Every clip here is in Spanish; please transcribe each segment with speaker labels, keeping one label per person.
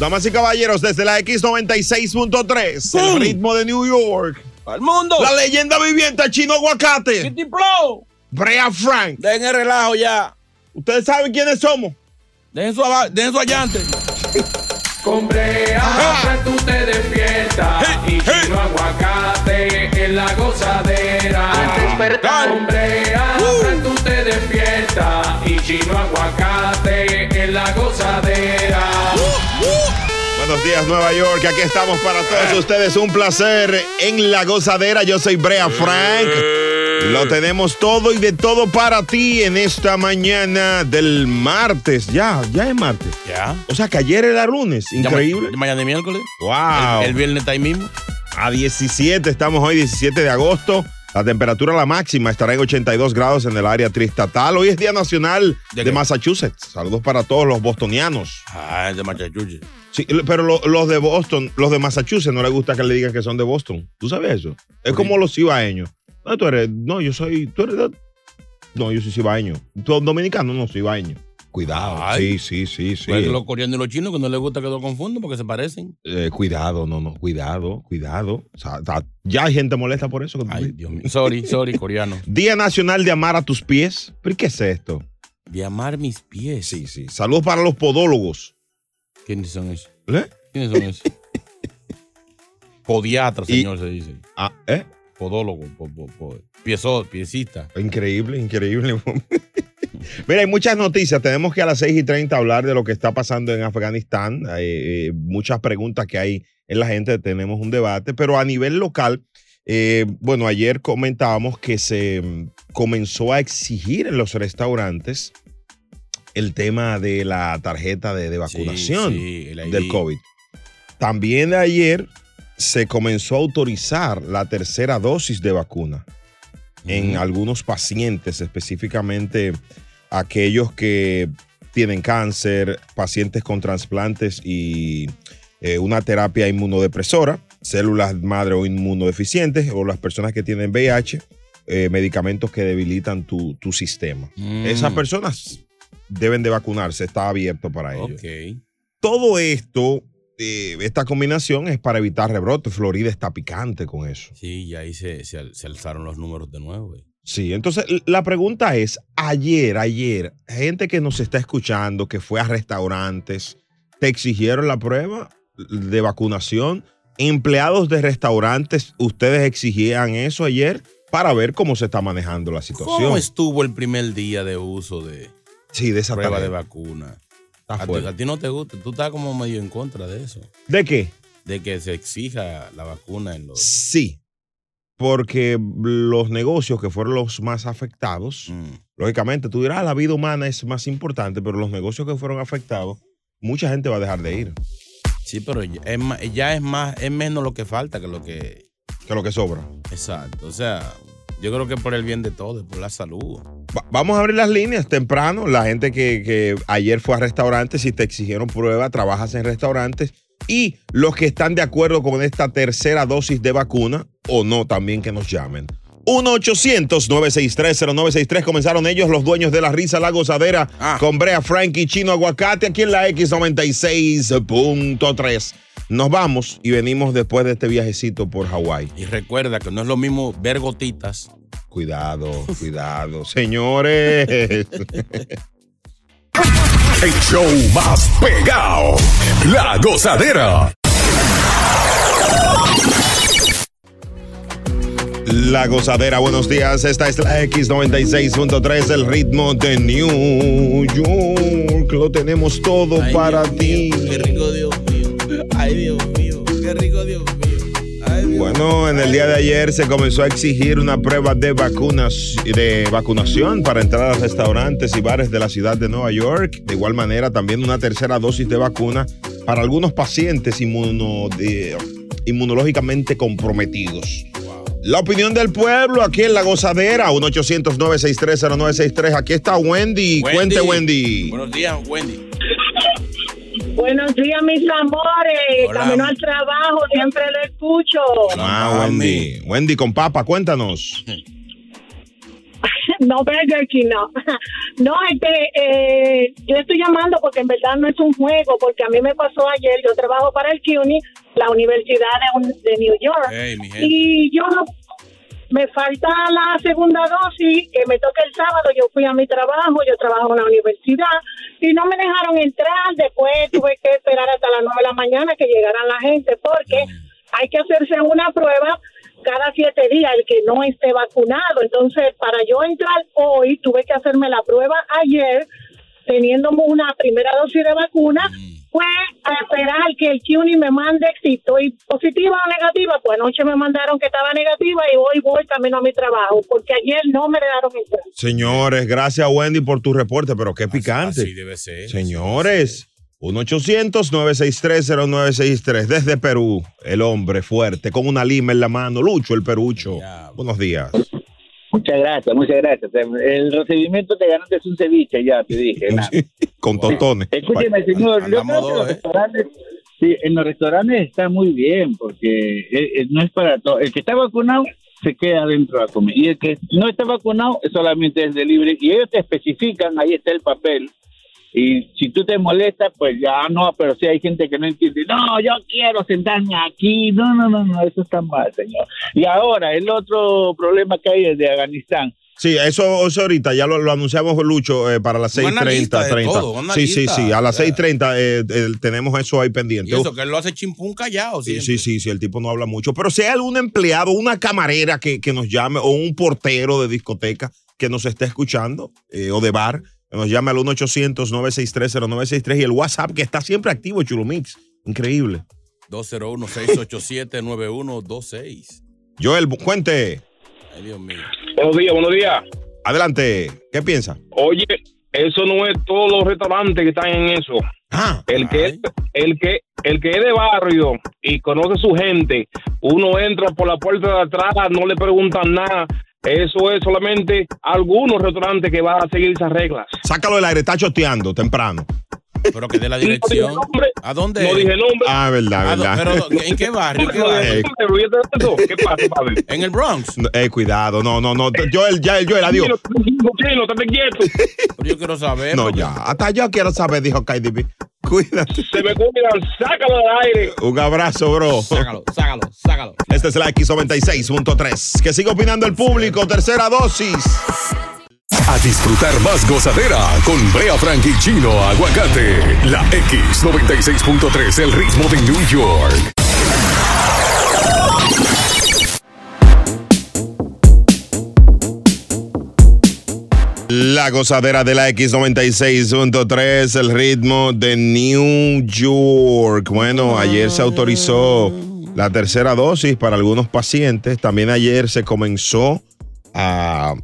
Speaker 1: Damas y caballeros, desde la X96.3, el ritmo de New York.
Speaker 2: ¡Al mundo!
Speaker 1: La leyenda viviente, Chino Aguacate.
Speaker 2: City Pro.
Speaker 1: Brea Frank.
Speaker 2: Dejen el relajo ya.
Speaker 1: Ustedes saben quiénes somos.
Speaker 2: Dejen su, ava- dejen su allante. Ah.
Speaker 3: Con Brea, Fran, tú te despiertas y Chino aguacate en la gozadera. Con Brea, Fran, tú te despiertas y Chino aguacate en la gozadera.
Speaker 1: Buenos días, Nueva York. Aquí estamos para
Speaker 2: Eh.
Speaker 1: todos ustedes. Un placer en la gozadera. Yo soy Brea Frank.
Speaker 2: Eh.
Speaker 1: Lo tenemos todo y de todo para ti en esta mañana del martes. Ya, ya es martes.
Speaker 2: Ya.
Speaker 1: O sea que ayer era lunes.
Speaker 2: Ya ma-
Speaker 1: Increíble.
Speaker 2: Mañana es miércoles.
Speaker 1: Wow.
Speaker 2: El viernes está ahí mismo.
Speaker 1: a 17, estamos hoy 17 de agosto. La temperatura la máxima estará en 82 grados en el área triestatal. Hoy es Día Nacional
Speaker 2: ¿De
Speaker 1: de,
Speaker 2: qué?
Speaker 1: Massachusetts. Saludos para todos los bostonianos.
Speaker 2: Ah, es de Machachuche.
Speaker 1: Sí, l- pero lo- los de Boston, los de Massachusetts no les gusta que le digan que son de Boston. ¿Tú sabes eso? Es
Speaker 2: Sí.
Speaker 1: como los cibaeños. No, tú eres, no, yo soy, tú eres de- no, yo soy cibaeño. Tú dominicano, no, cibaeño. Cuidado.
Speaker 2: Ay.
Speaker 1: Sí, sí, sí, sí.
Speaker 2: Pues los coreanos y los chinos que no les gusta que los confunden porque se parecen.
Speaker 1: Eh, cuidado, no, no, cuidado, cuidado. O sea, ta- ya hay gente molesta por eso. que tú
Speaker 2: Ay,
Speaker 1: dices.
Speaker 2: Dios mío. Sorry, sorry, coreano.
Speaker 1: Día Nacional de Amar a tus pies. ¿Pero qué es esto?
Speaker 2: De amar mis pies.
Speaker 1: sí. Saludos para los podólogos.
Speaker 2: ¿Quiénes son esos?
Speaker 1: ¿Eh?
Speaker 2: ¿Quiénes son esos? Podiatra,
Speaker 1: Y-
Speaker 2: señor, se dice.
Speaker 1: Ah, ¿eh?
Speaker 2: Podólogo. Po, po- po- piezo- piecista.
Speaker 1: Increíble, increíble. Mira, hay muchas noticias. Tenemos que a las 6 y 30 hablar de lo que está pasando en Afganistán. Hay eh, muchas preguntas que hay en la gente. Tenemos un debate. Pero a nivel local, eh, bueno, ayer comentábamos que se mm, comenzó a exigir en los restaurantes el tema de la tarjeta de, de vacunación.
Speaker 2: Sí, sí, el ID.
Speaker 1: del COVID. También ayer se comenzó a autorizar la tercera dosis de vacuna en
Speaker 2: Ujú.
Speaker 1: algunos pacientes, específicamente aquellos que tienen cáncer, pacientes con trasplantes y eh, una terapia inmunodepresora, células madre o inmunodeficientes, o las personas que tienen VIH, eh, medicamentos que debilitan tu, tu sistema.
Speaker 2: Mm.
Speaker 1: Esas personas deben de vacunarse, está abierto para ellos.
Speaker 2: Ok.
Speaker 1: Todo esto, eh, esta combinación es para evitar rebrotes. Florida está picante con eso.
Speaker 2: Sí, y ahí se, se, al- se alzaron los números de nuevo. eh. güey.
Speaker 1: Sí, entonces l- la pregunta es, ayer, ayer, gente que nos está escuchando, que fue a restaurantes, te exigieron la prueba de vacunación. Empleados de restaurantes, ustedes exigían eso ayer para ver cómo se está manejando la situación.
Speaker 2: ¿Cómo estuvo el primer día de uso de
Speaker 1: Sí, de esa
Speaker 2: prueba de
Speaker 1: tarea.
Speaker 2: vacuna?
Speaker 1: Está
Speaker 2: a, ti,
Speaker 1: fuerte.
Speaker 2: a ti no te gusta, tú estás como medio en contra de eso,
Speaker 1: ¿De qué?
Speaker 2: de que se exija la vacuna en los...
Speaker 1: Sí, porque los negocios que fueron los más afectados,
Speaker 2: Mm.
Speaker 1: lógicamente tú dirás, "Ah, la vida humana es más importante, pero los negocios que fueron afectados, mucha gente va a dejar de ir,
Speaker 2: Sí, pero ya es, ma- ya es más, es menos lo que falta que lo que...
Speaker 1: que es lo que sobra.
Speaker 2: Exacto, o sea, yo creo que por el bien de todos, por la salud.
Speaker 1: Va- vamos a abrir las líneas temprano. La gente que, que ayer fue a restaurantes y te exigieron prueba, trabajas en restaurantes. Y los que están de acuerdo con esta tercera dosis de vacuna o no, también que nos llamen. 1-800-963-0963. Comenzaron ellos, los dueños de la risa, la gozadera,
Speaker 2: Ah.
Speaker 1: con Brea Frankie, Chino Aguacate, aquí en la X96.3. Nos vamos y venimos después de este viajecito por Hawái.
Speaker 2: Y recuerda que no es lo mismo ver gotitas.
Speaker 1: Cuidado, cuidado. Señores.
Speaker 4: El show más pegado. La gozadera.
Speaker 1: La gozadera, buenos días. Esta es la X96.3, el ritmo de New York. Lo tenemos todo para ti.
Speaker 2: Dios mío. Ay, Dios mío. Qué rico, Dios mío. Ay,
Speaker 1: Bueno, en el día de ayer se comenzó a exigir una prueba de, vacunas, de vacunación para entrar a restaurantes y bares de la ciudad de Nueva York. De igual manera, también una tercera dosis de vacuna para algunos pacientes inmuno- de- inmunológicamente comprometidos. La opinión del pueblo aquí en La Gozadera, 1 800 963 Aquí está Wendy. Cuente, Wendy.
Speaker 2: Buenos días, Wendy.
Speaker 5: Buenos días, mis amores.
Speaker 2: Hola.
Speaker 5: Camino al trabajo, siempre lo escucho.
Speaker 1: Ah, Wendy. Wendy con papa, cuéntanos.
Speaker 5: No, Burger King, no. No, este, eh, yo estoy llamando porque en verdad no es un juego, porque a mí me pasó ayer. Yo trabajo para el CUNY, la Universidad de, un- de New York.
Speaker 2: Hey, mi gente.
Speaker 5: Y yo no- me falta la segunda dosis, que me toca el sábado, yo fui a mi trabajo, yo trabajo en la universidad, y no me dejaron entrar, después tuve que esperar hasta las nueve de la mañana que llegaran la gente, porque hay que hacerse una prueba cada siete días, el que no esté vacunado. Entonces, para yo entrar hoy, tuve que hacerme la prueba ayer, teniendo una primera dosis de vacuna,
Speaker 1: Mm.
Speaker 5: fue a esperar que el CUNY me mande si estoy positiva o negativa. Pues anoche me mandaron que estaba negativa y hoy voy camino a mi trabajo, porque ayer no me dejaron entrar.
Speaker 1: Señores, gracias Wendy por tu reporte, pero qué picante.
Speaker 2: Así debe ser.
Speaker 1: Señores, 1-800-963-0963. Desde Perú, el hombre fuerte, con una lima en la mano, Lucho, el perucho. Buenos días.
Speaker 6: Muchas gracias, muchas gracias. Em, El recibimiento te ganaste un ceviche, ya te dije. nada.
Speaker 1: Con totones.
Speaker 6: Escúcheme, señor, yo
Speaker 2: Andamos
Speaker 6: creo que
Speaker 2: dos,
Speaker 6: los
Speaker 2: ¿eh?
Speaker 6: restaurantes, sí, en los restaurantes está muy bien, porque eh, eh, no es para todo. El que está vacunado se queda adentro a comer, y el que no está vacunado solamente es de libre, y ellos te especifican, ahí está el papel, y si tú te molestas, pues ya no, pero si hay gente que no entiende, no, yo quiero sentarme aquí, no, no, no, no, eso está mal, señor. Y ahora, el otro problema que hay es de Afganistán,
Speaker 1: Sí, eso, eso ahorita ya lo, lo anunciamos, Lucho, eh, para las
Speaker 2: Un analista
Speaker 1: 6:30.
Speaker 2: de
Speaker 1: 30.
Speaker 2: todo, un
Speaker 1: sí, sí, sí, a las
Speaker 2: analista.
Speaker 1: 6:30 eh, eh, tenemos eso ahí pendiente.
Speaker 2: Y eso que él lo hace chimpún callado.
Speaker 1: Sí,
Speaker 2: siempre.
Speaker 1: sí, sí, sí, el tipo no habla mucho. Pero si hay algún empleado, una camarera que, que nos llame, o un portero de discoteca que nos esté escuchando, eh, o de bar, que nos llame al 1-800-963-0963 y el WhatsApp que está siempre activo, Chulumix. Increíble.
Speaker 2: 201-687-9126.
Speaker 1: Joel, bu- cuente.
Speaker 2: Ay, Dios mío.
Speaker 7: Buenos días, buenos días.
Speaker 1: Adelante. ¿Qué piensa?
Speaker 7: Oye, eso no es todos los restaurantes que están en eso.
Speaker 1: Ah,
Speaker 7: El que,
Speaker 2: Ay.
Speaker 7: el que, el que es de barrio y conoce su gente, uno entra por la puerta de atrás, no le preguntan nada. Eso es solamente algunos restaurantes que van a seguir esas reglas.
Speaker 1: sácalo del aire, está choteando temprano.
Speaker 2: Pero que dé la dirección.
Speaker 7: No dije nombre.
Speaker 2: ¿A dónde?
Speaker 7: No dije nombre.
Speaker 1: Ah,
Speaker 2: ¿A
Speaker 1: verdad,
Speaker 2: dó-
Speaker 1: verdad.
Speaker 2: pero, ¿En qué barrio? ¿Qué
Speaker 7: no
Speaker 2: barrio?
Speaker 7: dije nombre, pero yo te digo, ¿Qué pasa, padre?
Speaker 2: ¿En el Bronx?
Speaker 1: No, eh, cuidado, no, no, no. Joel, ya, Joel, adiós.
Speaker 7: Chino, chino, estate quieto.
Speaker 2: Pero yo quiero saber.
Speaker 1: No,
Speaker 2: porque-
Speaker 1: ya. Hasta yo quiero saber, dijo Katy B. Cuídate.
Speaker 7: Se me cuidan, sácalo del aire.
Speaker 1: Un abrazo, bro.
Speaker 2: Sácalo, sácalo, sácalo.
Speaker 1: Este es la X96.3. Que sigue opinando el público. Tercera dosis.
Speaker 4: A disfrutar más gozadera con Brea Frank y Chino Aguacate. La X96.3, el ritmo de New York.
Speaker 1: La gozadera de la X96.3, el ritmo de New York. Bueno, ayer se autorizó la tercera dosis para algunos pacientes. También ayer se comenzó a,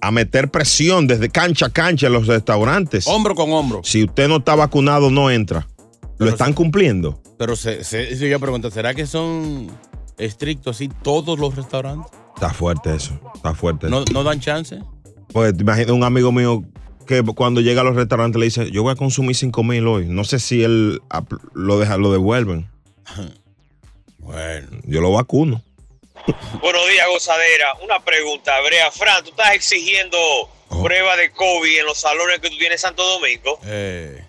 Speaker 1: a meter presión desde cancha a cancha en los restaurantes.
Speaker 2: Hombro con hombro.
Speaker 1: Si usted no está vacunado, no entra. Lo
Speaker 2: Pero
Speaker 1: están cumpliendo.
Speaker 2: Pero se, se, se- yo pregunto, ¿será que son estrictos así todos los restaurantes?
Speaker 1: Está fuerte eso. Está fuerte.
Speaker 2: ¿No, no dan chance?
Speaker 1: Pues imagínate un amigo mío que cuando llega a los restaurantes le dice, yo voy a consumir 5 mil hoy. No sé si él apl- lo, deja, lo devuelven.
Speaker 2: Bueno.
Speaker 1: Yo lo vacuno.
Speaker 8: Buenos días, gozadera. Una pregunta, Brea. Fran, tú estás exigiendo
Speaker 1: Oh.
Speaker 8: prueba de COVID en los salones que tú tienes en Santo Domingo
Speaker 2: Eh,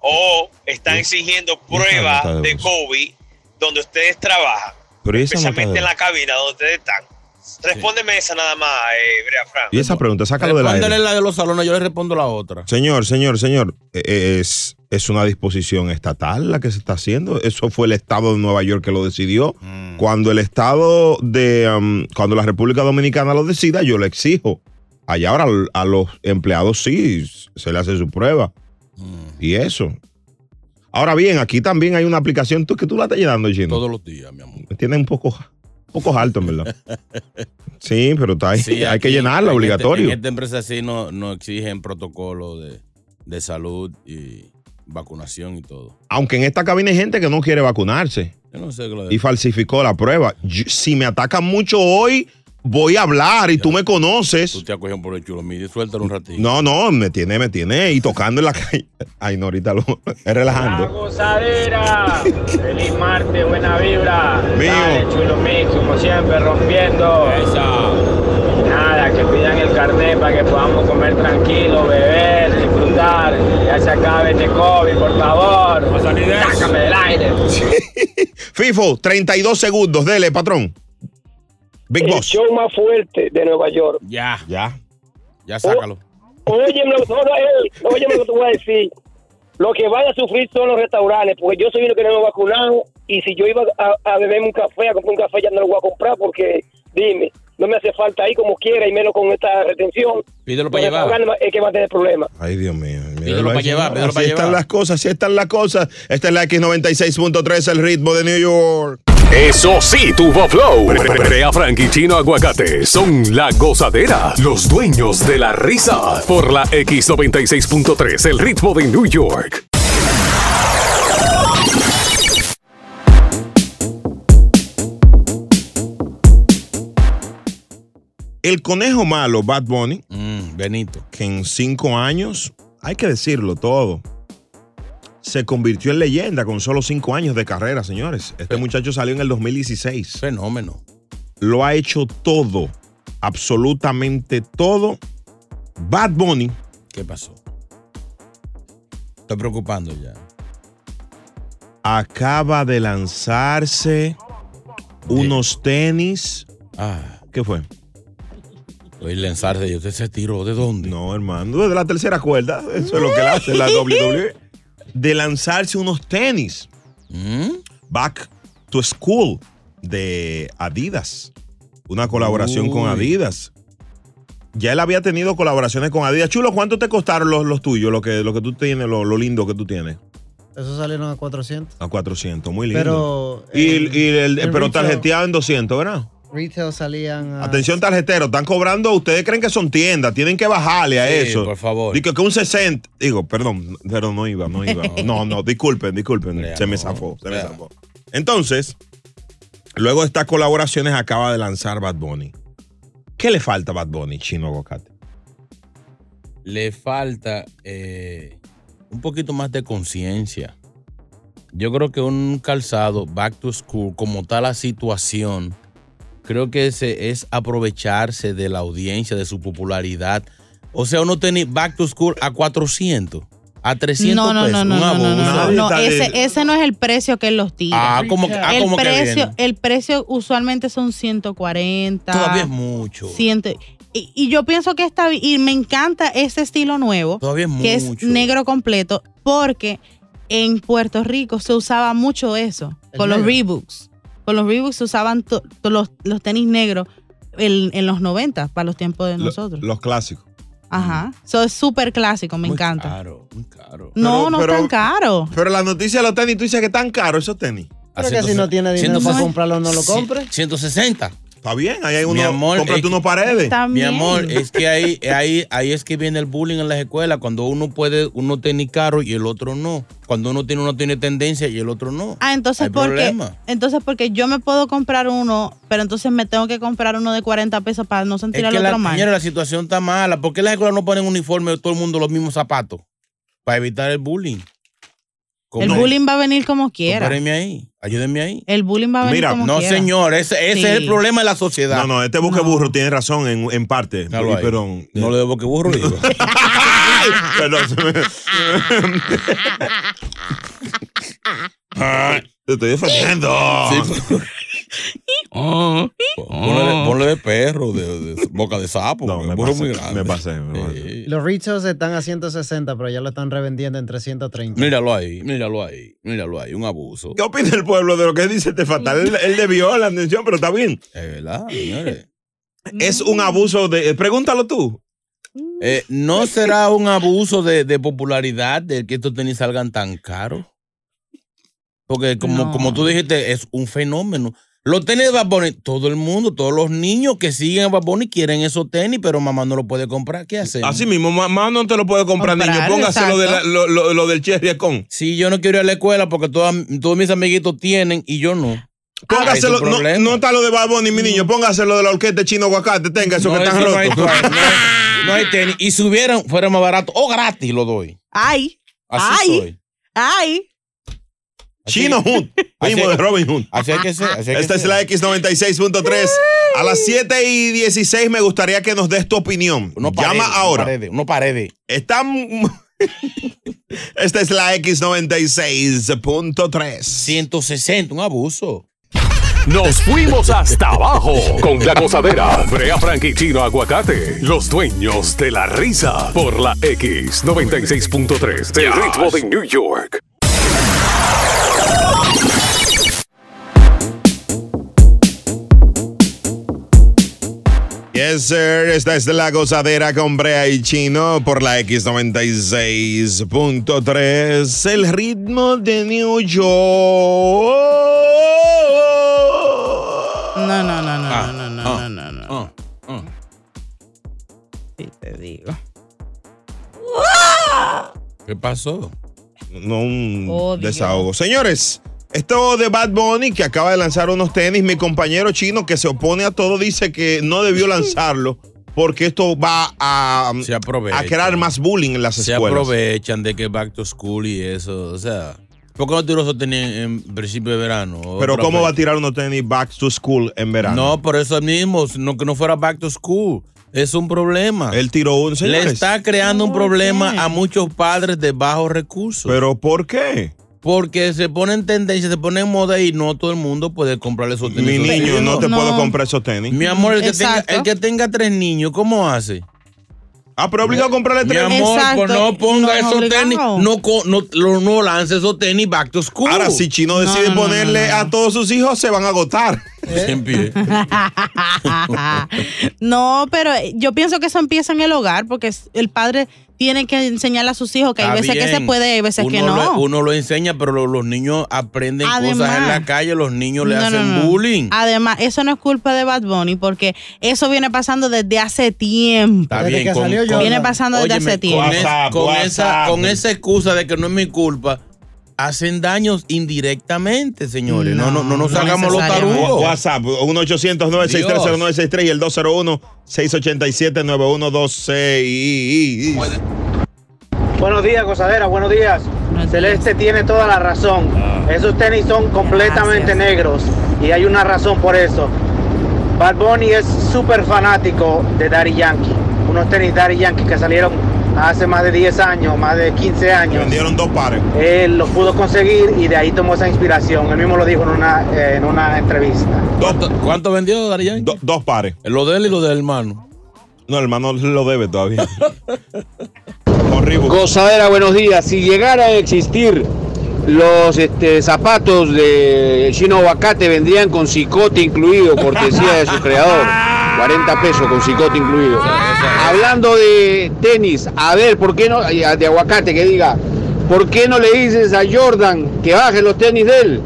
Speaker 8: o están exigiendo
Speaker 1: hija de
Speaker 8: prueba
Speaker 1: puta de
Speaker 8: de
Speaker 1: vos.
Speaker 8: COVID donde ustedes trabajan,
Speaker 1: Pero ¿y esa, nota
Speaker 8: especialmente
Speaker 1: de-
Speaker 8: en la cabina donde ustedes están. Respóndeme esa nada más, eh, Brea Fran.
Speaker 1: ¿Y esa pregunta, sácalo de la
Speaker 2: respóndele la de los salones, yo le respondo la otra.
Speaker 1: Señor, señor, señor, eh, es, es una disposición estatal la que se está haciendo. Eso fue el Estado de Nueva York que lo decidió.
Speaker 2: Mm.
Speaker 1: Cuando el Estado de, um, cuando la República Dominicana lo decida, yo le exijo. Allá ahora l- a los empleados sí se le hace su prueba.
Speaker 2: Mm.
Speaker 1: Y eso. Ahora bien, aquí también hay una aplicación tú, que tú la estás llenando, Gino.
Speaker 2: Todos los días, mi amor.
Speaker 1: Me Tiene un poco, un poco alto, en verdad. sí, pero está ahí.
Speaker 2: Sí,
Speaker 1: hay
Speaker 2: aquí,
Speaker 1: que llenarla,
Speaker 2: en
Speaker 1: obligatorio.
Speaker 2: este- en esta empresa sí no, no exigen protocolo de, de salud y, vacunación y todo.
Speaker 1: Aunque en esta cabina hay gente que no quiere vacunarse
Speaker 2: Yo no sé qué lo de-
Speaker 1: y falsificó la prueba. Yo- si me atacan mucho hoy, voy a hablar y tú me conoces.
Speaker 2: Tú te acogen por el chulo, mire, suéltalo un ratito.
Speaker 1: No, no, me tiene, me tiene. Y tocando en la calle. Ay, no, ahorita lo. Es relajando.
Speaker 3: Gozadera, feliz martes, buena vibra.
Speaker 1: Mío.
Speaker 3: Dale, chulo mix, como siempre, rompiendo. Nada, que pidan el carnet para que podamos comer tranquilo, beber, disfrutar. Ya se acabe este COVID, por favor. Sácame del aire.
Speaker 1: FIFO, 32 segundos. Dele, patrón. Big
Speaker 6: el
Speaker 1: Boss.
Speaker 6: show más fuerte de Nueva York.
Speaker 2: Ya.
Speaker 1: Ya.
Speaker 2: Ya sácalo.
Speaker 1: Oh.
Speaker 6: Oye, no, no, no, ey, oye lo que te voy a decir. Lo que van a sufrir son los restaurantes, porque yo soy uno que no me he vacunado y si yo iba a, a beberme un café, a comprar un café, ya no lo voy a comprar porque, dime, no me hace falta ahí como quiera y menos con esta retención.
Speaker 2: Pídelo
Speaker 6: Los
Speaker 2: para llevar.
Speaker 6: restaurantes Es que va a tener problemas.
Speaker 1: Ay, Dios mío.
Speaker 2: Pídelo para llevar, pídelo
Speaker 1: Así
Speaker 2: para
Speaker 1: están
Speaker 2: llevar.
Speaker 1: las cosas, así están las cosas. Esta es la X96.3, el ritmo de New York.
Speaker 4: Eso sí, tuvo flow. Bre- bre- Brea Frank y Chino Aguacate son la gozadera, los dueños de la risa. Por la X96.3, el ritmo de New York.
Speaker 1: El conejo malo, Bad Bunny,
Speaker 2: Mm, Benito.
Speaker 1: que en cinco años, hay que decirlo todo, se convirtió en leyenda con solo cinco años de carrera, señores. Este muchacho salió en el 2016.
Speaker 2: Fenómeno.
Speaker 1: Lo ha hecho todo, absolutamente todo. Bad Bunny
Speaker 2: ¿Qué pasó? Estoy preocupando ya.
Speaker 1: acaba de lanzarse unos tenis.
Speaker 2: Ah,
Speaker 1: ¿Qué fue?
Speaker 2: el lanzarse. ¿Usted se tiró de dónde?
Speaker 1: No, hermano, desde la tercera cuerda. Eso es lo que le hace la WWE. De lanzarse unos tenis.
Speaker 2: Mm,
Speaker 1: Back to School de Adidas. Una colaboración con
Speaker 2: Uy.
Speaker 1: Adidas. Ya él había tenido colaboraciones con Adidas. Chulo, ¿cuánto te costaron los, los tuyos? Lo que, lo que tú tienes, lo, lo lindo que tú tienes.
Speaker 9: Eso salieron a 400.
Speaker 1: A 400, muy lindo.
Speaker 9: Pero.
Speaker 1: y,
Speaker 9: eh,
Speaker 1: el- y el-
Speaker 9: en
Speaker 1: pero
Speaker 9: retail-
Speaker 1: tarjeteado en 200, ¿verdad?
Speaker 9: Retail salían a.
Speaker 1: Ah. Atención tarjetero, están cobrando, ustedes creen que son tiendas, tienen que bajarle a
Speaker 2: Sí,
Speaker 1: eso.
Speaker 2: por favor.
Speaker 1: Digo que un 60, digo, perdón, pero no iba, no iba. No, no, disculpen, disculpen,
Speaker 2: Hombre,
Speaker 1: se me
Speaker 2: no,
Speaker 1: zafó, se me
Speaker 2: vea.
Speaker 1: zafó. Entonces, luego de estas colaboraciones acaba de lanzar Bad Bunny. ¿Qué le falta a Bad Bunny, Chino Aguacate?
Speaker 2: Le falta eh, un poquito más de conciencia. Yo creo que un calzado back to school, como está la situación, creo que ese es aprovecharse de la audiencia, de su popularidad. O sea, uno tiene back to school a 400, a 300
Speaker 10: No, no, no,
Speaker 2: pesos.
Speaker 10: no,
Speaker 2: pues, un
Speaker 10: no, no,
Speaker 2: abuso.
Speaker 10: no,
Speaker 1: Nadie
Speaker 10: no,
Speaker 1: está
Speaker 10: ese,
Speaker 1: de-
Speaker 10: ese no es el precio que él los tira.
Speaker 2: Ah, como, que- ah,
Speaker 10: el,
Speaker 2: como que
Speaker 10: precio,
Speaker 2: viene.
Speaker 10: el precio usualmente son 140.
Speaker 2: Todavía es mucho.
Speaker 10: ciento- y, y yo pienso que está bi- y me encanta ese estilo nuevo,
Speaker 2: Todavía es
Speaker 10: que es
Speaker 2: mucho.
Speaker 10: negro completo, porque en Puerto Rico se usaba mucho eso,
Speaker 9: ¿El
Speaker 10: con los
Speaker 9: negro?
Speaker 10: Reeboks. Con los Reeboks se usaban to- to- los, los tenis negros en, en los 90, para los tiempos de
Speaker 1: Lo-
Speaker 10: nosotros.
Speaker 1: los clásicos.
Speaker 10: Ajá. Eso es súper clásico, me
Speaker 2: Mm. Muy
Speaker 10: encanta.
Speaker 2: Caro, muy caro.
Speaker 10: No,
Speaker 1: Pero-
Speaker 10: no
Speaker 1: pero-
Speaker 10: es tan caro.
Speaker 1: Pero la noticia de los tenis, tú dices que están caros esos tenis.
Speaker 2: Ah,
Speaker 9: Pero que si no tiene dinero para comprarlo, no lo compre.
Speaker 2: 160.
Speaker 1: Está bien, ahí hay
Speaker 2: Mi
Speaker 1: uno,
Speaker 2: amor,
Speaker 1: cómprate
Speaker 2: eh,
Speaker 1: unos paredes.
Speaker 2: Mi
Speaker 10: También.
Speaker 2: amor, es que ahí, ahí, ahí es que viene el bullying en las escuelas, cuando uno puede, uno tiene caro y el otro no. Cuando uno tiene, uno tiene tendencia y el otro no.
Speaker 10: Ah, entonces
Speaker 2: Hay
Speaker 10: porque,
Speaker 2: problema.
Speaker 10: entonces porque yo me puedo comprar uno, pero entonces me tengo que comprar uno de 40 pesos para no sentir
Speaker 2: Es
Speaker 10: al
Speaker 2: que la,
Speaker 10: otro mal.
Speaker 2: señora, la situación está mala. ¿Por qué las escuelas no ponen uniforme de todo el mundo los mismos zapatos? Para evitar el bullying.
Speaker 10: El
Speaker 2: Comparen-
Speaker 10: bullying va a venir como quiera.
Speaker 2: compárenme ahí. Ayúdenme ahí.
Speaker 10: El bullying va a venir
Speaker 1: Mira,
Speaker 10: como
Speaker 2: No,
Speaker 10: quiera.
Speaker 2: señor, ese, ese
Speaker 10: Sí.
Speaker 2: es el problema de la sociedad.
Speaker 1: No, no, este busque burro tiene razón en, en parte.
Speaker 2: Míralo ahí.
Speaker 1: Perdón.
Speaker 2: No le debo que burro, digo.
Speaker 1: Perdón, se me- Te estoy defendiendo.
Speaker 2: pues. Ponle, de- ponle de perro, de, de boca de sapo.
Speaker 1: No,
Speaker 2: porque
Speaker 1: me
Speaker 2: el burro es muy
Speaker 1: pasé,
Speaker 2: grande.
Speaker 1: me pasé, me
Speaker 2: Sí.
Speaker 9: Los Retails están a 160, pero ya lo están revendiendo en 330.
Speaker 2: Míralo ahí, míralo ahí, míralo ahí, un abuso.
Speaker 1: ¿Qué opina el pueblo de lo que dice este fatal? Él, él debió la atención, pero está bien.
Speaker 2: Es verdad, señores. Mm,
Speaker 1: Es un abuso de. eh, Pregúntalo tú.
Speaker 2: Eh, ¿No será un abuso de, de popularidad de que estos tenis salgan tan caros? Porque como,
Speaker 10: No.
Speaker 2: como tú dijiste, es un fenómeno. Los tenis de Bad Bunny, todo el mundo, todos los niños que siguen a Bad Bunny quieren esos tenis, pero mamá no lo puede comprar. ¿Qué hacemos?
Speaker 1: Así mismo, mamá no te lo puede comprar, niño.
Speaker 2: Comprar,
Speaker 1: Póngaselo de la-
Speaker 2: exacto.
Speaker 1: lo, lo- lo del Cherry con.
Speaker 2: Si yo no quiero ir a la escuela porque todas, todos mis amiguitos tienen y yo no.
Speaker 1: Póngaselo, no, no está lo de Bad Bunny, mi niño. Póngaselo de la orquesta chino aguacate. Tenga eso que están
Speaker 2: eso Mm. no hay
Speaker 1: rotos.
Speaker 2: cual, no hay- no hay tenis. Y si hubieran, fuera más barato o gratis, lo doy.
Speaker 10: Ay,
Speaker 2: Así
Speaker 10: ay,
Speaker 2: soy.
Speaker 10: ay.
Speaker 1: Chino Hood, primo de Robin Hood.
Speaker 2: Así hay que ser. así hay que
Speaker 1: Esta es
Speaker 2: ser.
Speaker 1: la X96.3. A las 7 y 16 me gustaría que nos des tu opinión. Llama
Speaker 2: parede,
Speaker 1: ahora.
Speaker 2: no parede, no parede.
Speaker 1: Está... Esta es la X96.3.
Speaker 2: 160, un abuso.
Speaker 4: Nos fuimos hasta abajo con la gozadera. Brea Frank y Chino Aguacate, los dueños de la risa por la X96.3 del ritmo de New York.
Speaker 1: Yes, sir. Esta es la gozadera con Brea y Chino por la X96.3. El ritmo de New York.
Speaker 10: No, no, no, no,
Speaker 1: Ah,
Speaker 10: no, no,
Speaker 1: ah,
Speaker 10: no, no, no.
Speaker 2: ah,
Speaker 10: Sí, te digo.
Speaker 2: ¿Qué pasó?
Speaker 1: No, un
Speaker 10: Oh, Dios.
Speaker 1: desahogo. Señores, esto de Bad Bunny que acaba de lanzar unos tenis, mi compañero chino que se opone a todo dice que no debió lanzarlo porque esto va a, um,
Speaker 2: Se aprovecha.
Speaker 1: a crear más bullying en las
Speaker 2: Se
Speaker 1: escuelas.
Speaker 2: aprovechan de que back to school y eso. O sea, ¿por qué no tiró eso tenis en principio de verano?
Speaker 1: Pero
Speaker 2: Otra
Speaker 1: ¿cómo
Speaker 2: vez.
Speaker 1: va a tirar unos tenis back to school en verano?
Speaker 2: No, por eso mismo, no que no fuera back to school. Es un problema.
Speaker 1: Él tiró un, señores.
Speaker 2: Le está creando un problema a muchos padres de bajos recursos.
Speaker 1: ¿Pero por qué?
Speaker 2: Porque se pone en tendencia, se pone en moda y no todo el mundo puede comprarle esos tenis.
Speaker 1: Mi
Speaker 2: Esos
Speaker 1: niño,
Speaker 2: tenis.
Speaker 1: no te puedo comprar esos tenis.
Speaker 2: Mi amor, el que, tenga,
Speaker 1: Exacto.
Speaker 2: el que tenga tres niños, ¿cómo hace?
Speaker 1: Ah, pero obliga a comprarle
Speaker 2: Mi
Speaker 1: tres.
Speaker 2: amor,
Speaker 1: Exacto,
Speaker 2: pues no ponga
Speaker 1: no es
Speaker 2: esos
Speaker 1: obligado.
Speaker 2: tenis. No, co- no, lo- no lance esos tenis back to school.
Speaker 1: Ahora, si Chino decide ponerle a todos sus hijos, se van a agotar.
Speaker 10: no, pero eh, yo pienso que eso empieza en el hogar porque es- el padre tiene que enseñarle a sus hijos que hay
Speaker 2: Está
Speaker 10: veces que
Speaker 2: bien.
Speaker 10: se puede y hay veces
Speaker 2: uno
Speaker 10: que no.
Speaker 2: Lo, uno lo enseña, pero lo- los niños aprenden cosas
Speaker 10: Además.
Speaker 2: en la calle, los niños le
Speaker 10: No, no,
Speaker 2: hacen
Speaker 10: no.
Speaker 1: Ah,
Speaker 2: bullying.
Speaker 10: Además, eso no es culpa de Bad Bunny porque eso viene pasando desde hace tiempo.
Speaker 2: Está bien, con- con-
Speaker 10: viene pasando desde
Speaker 2: Óyeme,
Speaker 10: hace tiempo.
Speaker 2: Con, es- con Esa, con esa excusa de que no es mi culpa, hacen daños indirectamente, señores. No, no, no, nos hagamos los tarugos.
Speaker 1: WhatsApp, 1 800 963 y el 201-687-9126.
Speaker 11: Buenos días, gozadera, buenos días. Celeste tiene toda la razón.
Speaker 1: Ah.
Speaker 11: Esos tenis son completamente negros y hay una razón por eso. Bad Bunny es súper fanático de Daddy Yankee. Unos tenis Daddy Yankee que salieron hace más de 10 años, más de 15 años.
Speaker 1: Vendieron dos pares.
Speaker 11: Él los pudo conseguir y de ahí tomó esa inspiración. Él mismo lo dijo en una, eh, en una entrevista.
Speaker 2: ¿Cuánto, cuánto vendió Darían?
Speaker 1: dos pares.
Speaker 2: Lo de él y lo del hermano.
Speaker 1: No, el hermano lo debe todavía.
Speaker 12: Gozadera, buenos días. Si llegara a existir los este, zapatos de Chino Aguacate, vendrían con cicote incluido, cortesía de su creador. 40 pesos con cicote incluido. Hablando de tenis, a ver, ¿por qué no? De aguacate, que diga. ¿Por qué no le dices a Jordan que baje los tenis de él?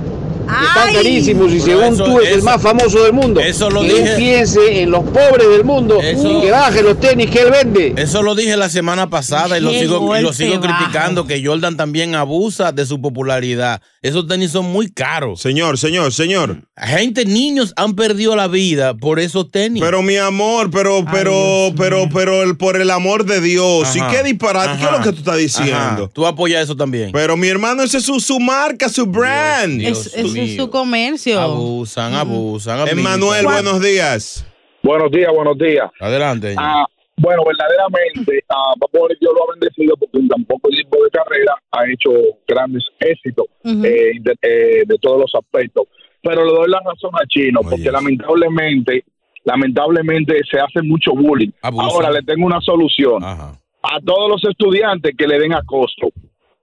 Speaker 12: Están carísimos y
Speaker 2: Pero
Speaker 12: según
Speaker 2: eso-
Speaker 12: tú es el
Speaker 2: eso-
Speaker 12: más famoso del mundo.
Speaker 2: eso lo
Speaker 12: que él
Speaker 2: dije.
Speaker 12: piense en los pobres del mundo
Speaker 2: Eso-
Speaker 12: y que baje los tenis que él vende.
Speaker 2: Eso lo dije la semana pasada y lo
Speaker 12: Qué
Speaker 2: sigo, y lo
Speaker 12: golpe
Speaker 2: sigo
Speaker 12: bajo.
Speaker 2: criticando, que Jordan también abusa de su popularidad. Esos tenis son muy caros.
Speaker 1: Señor, señor, señor.
Speaker 2: Gente, niños han perdido la vida por esos tenis.
Speaker 1: Pero mi amor, pero, pero, pero, pero, el, por el amor de Dios.
Speaker 2: Ajá,
Speaker 1: ¿Y qué disparate? ¿Qué es lo
Speaker 2: ajá,
Speaker 1: que tú estás diciendo? Mm.
Speaker 2: ajá. Tú apoyas eso también.
Speaker 1: Pero mi hermano, ese es su, su marca, su brand.
Speaker 10: Es- ese es su comercio.
Speaker 2: Abusan, abusan. abusan.
Speaker 1: Emanuel, buenos días.
Speaker 13: Buenos días, buenos días.
Speaker 2: Adelante.
Speaker 13: Ah, bueno, verdaderamente, ah, a Bad Bunny Dios lo ha bendecido porque en tan poco tiempo de carrera ha hecho grandes éxitos
Speaker 14: Ujú.
Speaker 13: eh, de, eh, de todos los aspectos. Pero le doy la razón a Chino, porque lamentablemente, lamentablemente se hace mucho bullying.
Speaker 14: Abusan.
Speaker 13: Ahora le tengo una solución. A todos los estudiantes que le den a costo.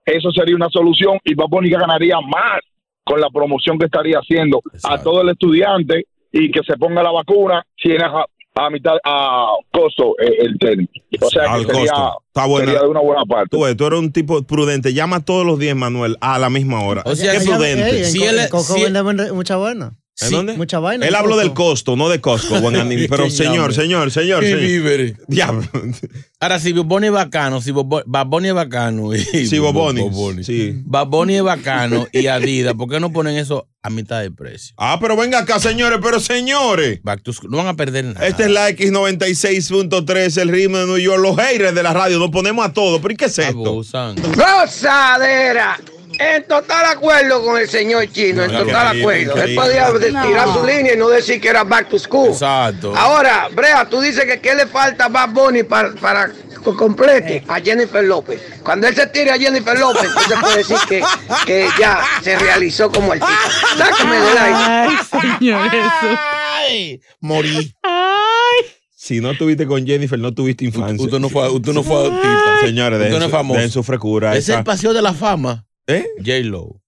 Speaker 13: Eso sería una solución y Bad Bunny ganaría más con la promoción que estaría haciendo a todo el estudiante y que se ponga la vacuna si es a, a mitad a costo eh, el, tenis. O sea, que
Speaker 1: Al
Speaker 13: sería,
Speaker 1: costo. Está buena.
Speaker 13: sería de una buena parte.
Speaker 1: Tú, ves, tú eres un tipo prudente. Llama todos los días, Manuel, a la misma hora.
Speaker 2: O sea,
Speaker 1: Qué
Speaker 2: que-
Speaker 1: prudente.
Speaker 2: Ey,
Speaker 9: Si
Speaker 2: si él es-
Speaker 9: Coco
Speaker 2: si-
Speaker 9: vende buen re- mucha buena.
Speaker 1: ¿En dónde?
Speaker 9: Mucha vaina.
Speaker 1: Él habló del costo, no de Costco, Juan Andy. Pero
Speaker 2: Qué
Speaker 1: señor,
Speaker 2: hambre.
Speaker 1: señor, señor,
Speaker 2: Qué
Speaker 1: señor.
Speaker 2: víveres.
Speaker 1: Diablo.
Speaker 2: Ahora, si Boboni es bacano, si Bobo- Bad Bunny es bacano. Y
Speaker 1: Sí, Bob Bunny,
Speaker 2: Sí. Bad Bunny es bacano y Adidas, ¿por qué no ponen eso a mitad de precio?
Speaker 1: Ah, pero venga acá, señores, pero señores. Eh,
Speaker 2: Back to school. No van a perder nada.
Speaker 1: Esta es la X96.3, el ritmo de New York. Los haters de la radio, nos ponemos a todos. ¿Pero y qué es esto?
Speaker 14: Gozadera. En total acuerdo con el señor chino, en
Speaker 1: No,
Speaker 14: total
Speaker 1: increíble,
Speaker 14: acuerdo. Él
Speaker 1: increíble.
Speaker 14: podía de-
Speaker 1: No.
Speaker 14: tirar su línea y no decir que era back to school.
Speaker 2: Exacto.
Speaker 14: Ahora, Brea, tú dices que qué le falta a Bad Bunny para, para que complete a Jennifer López. Cuando él se tire a Jennifer López, entonces puede decir que, que ya se realizó como artista. Sácame de la...
Speaker 2: Ay, morí.
Speaker 1: Si no estuviste con Jennifer, no tuviste infancia. Usted
Speaker 2: no fue, usted no fue
Speaker 1: Señores,
Speaker 2: Usted
Speaker 1: den,
Speaker 2: no es
Speaker 1: su-
Speaker 2: famoso.
Speaker 1: den su frescura.
Speaker 2: Es el
Speaker 1: Esta,
Speaker 2: paseo de la fama.
Speaker 1: ¿Eh?
Speaker 2: J-Lo.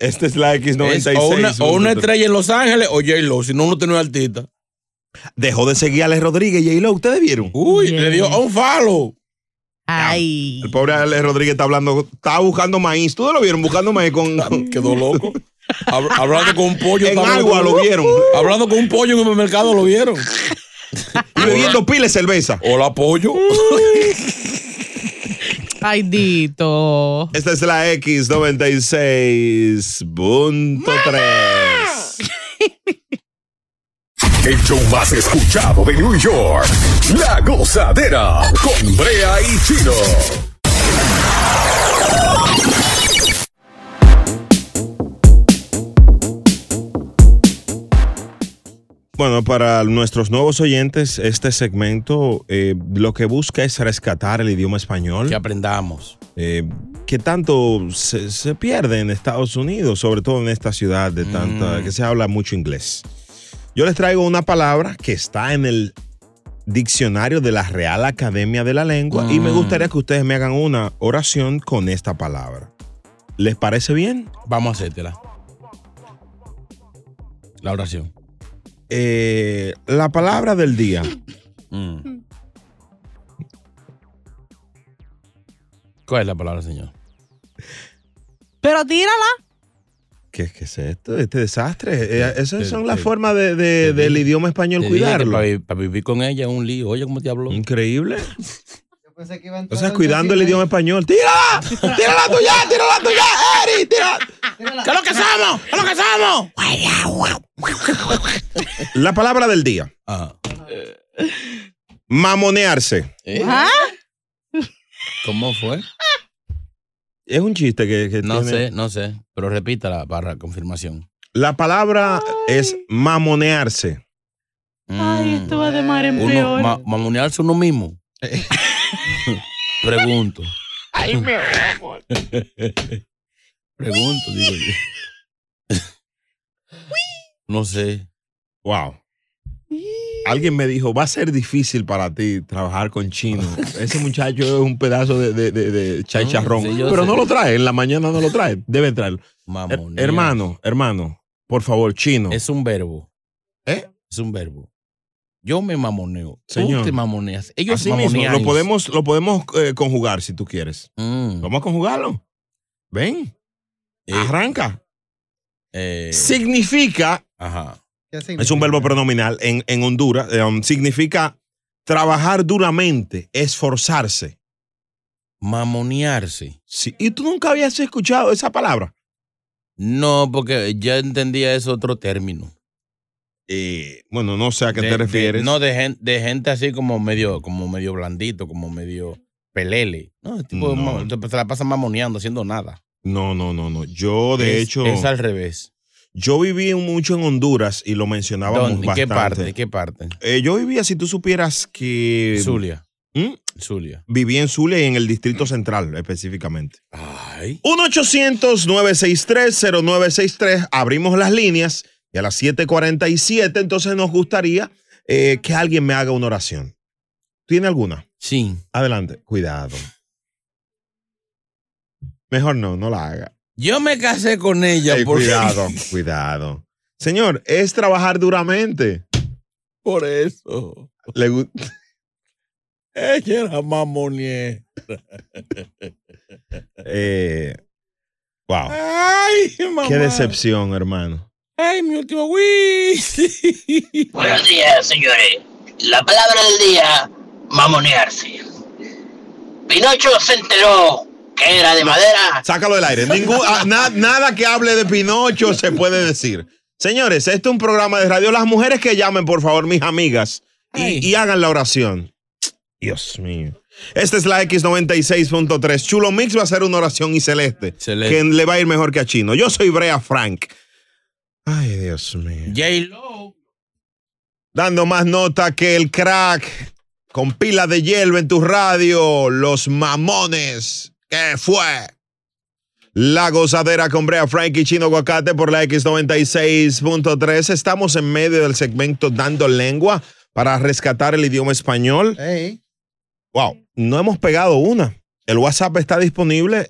Speaker 1: esta es la
Speaker 2: Es
Speaker 1: X96.
Speaker 2: O una, o una estrella en Los Ángeles o J-Lo. Si no, no tiene artista.
Speaker 1: Dejó de seguir a Alex Rodríguez, J-Lo. ¿Ustedes vieron?
Speaker 2: Uy, le dio un follow.
Speaker 10: Ay.
Speaker 1: El pobre Alex Rodríguez está hablando, estaba buscando maíz. ¿Tú no lo vieron buscando maíz con.
Speaker 2: Quedó loco. Hab- hablando con un pollo.
Speaker 1: En
Speaker 2: estaba
Speaker 1: agua
Speaker 2: loco.
Speaker 1: lo vieron.
Speaker 2: Hablando con un pollo en el mercado lo vieron.
Speaker 1: Y bebiendo piles cerveza. Uh.
Speaker 2: Hola, pollo.
Speaker 10: Ay, Dito.
Speaker 1: Esta es la X96.3.
Speaker 4: El show más escuchado de New York. La gozadera con Brea y Chino.
Speaker 1: Bueno, para nuestros nuevos oyentes, este segmento eh, lo que busca es rescatar el idioma español. Que
Speaker 2: aprendamos.
Speaker 1: que tanto se, se pierde en Estados Unidos, sobre todo en esta ciudad de
Speaker 2: Mm.
Speaker 1: tanta que se habla mucho inglés. Yo les traigo una palabra que está en el diccionario de la Real Academia de la Lengua y
Speaker 2: Mm.
Speaker 1: me gustaría que ustedes me hagan una oración con esta palabra. ¿Les parece bien?
Speaker 2: Vamos a hacértela. La oración.
Speaker 1: Eh, la palabra del día.
Speaker 2: Mm. ¿Cuál es la palabra, señor?
Speaker 10: Pero tírala.
Speaker 1: ¿Qué, qué es esto? Este desastre. Eh, esas
Speaker 2: Te-
Speaker 1: son las
Speaker 2: te-
Speaker 1: formas de- de- del idioma español cuidarlo.
Speaker 2: Para, vivir con ella es un lío. Oye, ¿cómo te habló?
Speaker 1: Increíble. O sea, cuidando el idioma español. ¡Tírala! ¡Tírala tuya! ¡Tírala tuya! ¡Eri! ¡Tírala!
Speaker 2: ¿Qué es lo que somos? ¿Qué es lo que somos?
Speaker 1: La palabra del día. Mamonearse.
Speaker 10: ¿Ah?
Speaker 2: ¿Eh? ¿Cómo fue?
Speaker 1: Es un chiste que, que
Speaker 2: No
Speaker 1: tiene-
Speaker 2: sé, no sé. Pero repítala para confirmación.
Speaker 1: La palabra es mamonearse.
Speaker 10: Ay, esto va de mar en
Speaker 2: Mm. Uno,
Speaker 10: peor.
Speaker 2: ma- mamonearse uno mismo. Pregunto.
Speaker 15: Ay, me
Speaker 2: Pregunto, digo yo. No sé.
Speaker 1: Wow. Alguien me dijo, va a ser difícil para ti trabajar con chino. Ese muchacho es un pedazo de, de- de- de chicharrón.
Speaker 2: Sí, yo
Speaker 1: Pero
Speaker 2: sé.
Speaker 1: no lo trae, en la mañana no lo trae. Debe traerlo. Her-
Speaker 2: Mamonearse.
Speaker 1: hermano, hermano, por favor, chino.
Speaker 2: Es un verbo.
Speaker 1: ¿Eh?
Speaker 2: Es un verbo. Yo me mamoneo.
Speaker 1: Señor.
Speaker 2: Tú te mamoneas. Ellos
Speaker 1: Así
Speaker 2: se
Speaker 1: mismo,
Speaker 2: mamonean.
Speaker 1: lo podemos, lo podemos eh, conjugar si tú quieres.
Speaker 2: Mm.
Speaker 1: Vamos a conjugarlo. Ven.
Speaker 2: Eh.
Speaker 1: Arranca. significa, es un verbo pronominal en, en Honduras, eh, um, significa trabajar duramente, esforzarse.
Speaker 2: Mamonearse.
Speaker 1: Sí. ¿Y tú nunca habías escuchado esa palabra?
Speaker 2: No, porque ya entendía ese otro término.
Speaker 1: Eh, bueno, no sé a qué
Speaker 2: De-
Speaker 1: te
Speaker 2: de-
Speaker 1: refieres.
Speaker 2: no, de, gen- de gente así como medio, como medio blandito, como medio pelele. No, el tipo de
Speaker 1: No.
Speaker 2: mam- se- se la pasa mamoneando, haciendo nada.
Speaker 1: No, no, no, no. Yo, de
Speaker 2: Es-
Speaker 1: hecho.
Speaker 2: Es al revés.
Speaker 1: Yo viví mucho en Honduras y lo mencionábamos
Speaker 2: ¿Dónde? ¿En qué
Speaker 1: bastante.
Speaker 2: parte? ¿En qué parte?
Speaker 1: Eh, yo vivía, si tú supieras que.
Speaker 2: Zulia.
Speaker 1: ¿Mm?
Speaker 2: Zulia.
Speaker 1: Viví en Zulia y en el Distrito Central específicamente. 1-800-963-0963. Abrimos las líneas y a las 7:47. Entonces nos gustaría eh, que alguien me haga una oración. ¿Tiene alguna?
Speaker 2: Sí.
Speaker 1: Adelante. Cuidado. Mejor no, no la haga.
Speaker 2: Yo me casé con ella
Speaker 1: Ey,
Speaker 2: porque-
Speaker 1: Cuidado, cuidado. Señor, es trabajar duramente.
Speaker 2: Por eso.
Speaker 1: Le gusta.
Speaker 2: Ella era mamoniera.
Speaker 1: Eh, wow. Eh,
Speaker 2: Ay, mamá.
Speaker 1: Qué decepción, hermano.
Speaker 2: ¡Ay, mi último whisky!
Speaker 16: Buenos días, señores. La palabra del día, mamonearse. Pinocho se enteró que era de
Speaker 1: No,
Speaker 16: madera.
Speaker 1: Sácalo del aire. Ningún- ah, na- nada que hable de Pinocho se puede decir. Señores, este es un programa de radio. Las mujeres que llamen, por favor, mis amigas, y, y hagan la oración. Dios mío. Esta es la X96.3. Chulo Mix va a hacer una oración y Celeste, que le va a ir mejor que a Chino. Yo soy Brea Frank. Ay, Dios mío. Dando más nota que el crack con pila de hielo en tu radio, los mamones. ¿Qué fue? La gozadera con Brea Frank y Chino Guacate por la X96.3. Estamos en medio del segmento Dando Lengua para rescatar el idioma español. Wow, no hemos pegado una. El WhatsApp está disponible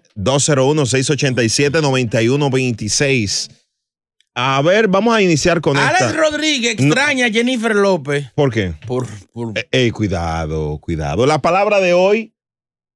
Speaker 1: 201-687-9126. A ver, vamos a iniciar con
Speaker 2: Alex
Speaker 1: esta.
Speaker 2: Rodríguez
Speaker 1: No.
Speaker 2: extraña a Jennifer López.
Speaker 1: ¿Por qué?
Speaker 2: Por,
Speaker 1: Eh, eh, cuidado, cuidado. La palabra de hoy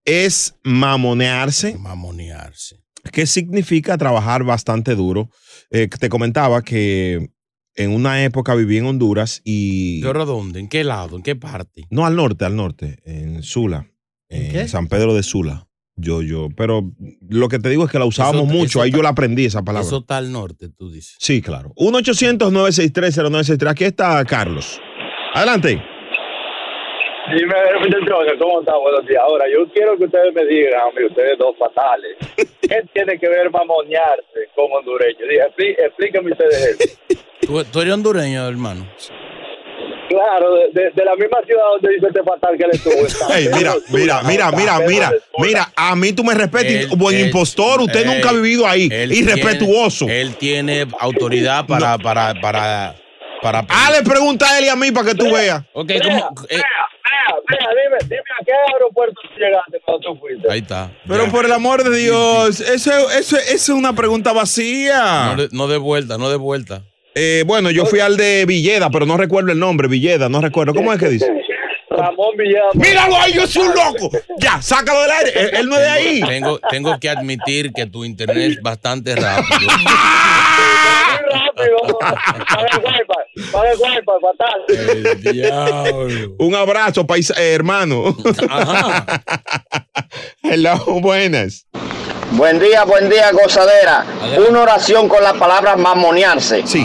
Speaker 1: es mamonearse.
Speaker 2: Mamonearse.
Speaker 1: ¿Qué significa trabajar bastante duro? Eh, te comentaba que en una época viví en Honduras y...
Speaker 2: ¿Pero dónde? ¿En qué lado? ¿En qué parte?
Speaker 1: No, al norte, al norte, en Sula, en
Speaker 2: qué?
Speaker 1: San Pedro de Sula. Yo, yo, pero lo que te digo es que la usábamos mucho, ahí yo la aprendí esa palabra.
Speaker 2: Eso está al norte, tú dices.
Speaker 1: Sí, claro. 1-800-963-0963. Aquí está Carlos. Adelante.
Speaker 17: Dime, muchachos, ¿cómo está? Buenos días. Ahora, yo quiero que ustedes me digan, hombre, ustedes dos fatales, ¿qué tiene que ver mamonearse con hondureño? Dije, "Explí- explíquenme ustedes eso.
Speaker 2: Tú, tú eres hondureño, hermano.
Speaker 17: Claro, de, de- de la misma ciudad donde dice este fatal que le estuvo. está.
Speaker 1: Ey, mira, mira, mira, mira, mira, mira, a mí tú me respetas,
Speaker 2: Él-
Speaker 1: buen
Speaker 2: él-
Speaker 1: impostor, usted
Speaker 2: ey,
Speaker 1: nunca ha vivido ahí,
Speaker 2: él
Speaker 1: irrespetuoso.
Speaker 2: tiene- él tiene autoridad para, para, para, para, Ah.
Speaker 1: Ah, le pregunta a él y a mí para que tú veas.
Speaker 2: Ok,
Speaker 17: Vea, vea, vea, dime, dime a qué aeropuerto tú llegaste cuando tú fuiste.
Speaker 2: Ahí está.
Speaker 1: Pero por el amor de Dios, eso, eso, eso es una pregunta
Speaker 2: No,
Speaker 1: vacía.
Speaker 2: de- no de vuelta, no de vuelta.
Speaker 1: Eh, bueno, yo fui al de Villeda, pero no recuerdo el nombre, Villeda, no recuerdo. ¿Cómo es que dice?
Speaker 17: Ramón Villada.
Speaker 1: Míralo ahí, yo soy un loco. Ya, sácalo del aire. Él, él no es de ahí.
Speaker 2: Tengo, tengo que admitir que tu internet es bastante rápido.
Speaker 17: rápido. Para el wifi, para el wifi, fatal.
Speaker 1: Un abrazo, paisa, eh, hermano. Hello, buenas.
Speaker 18: Buen día, buen día, gozadera. Una oración con la palabra mamonearse.
Speaker 1: Sí.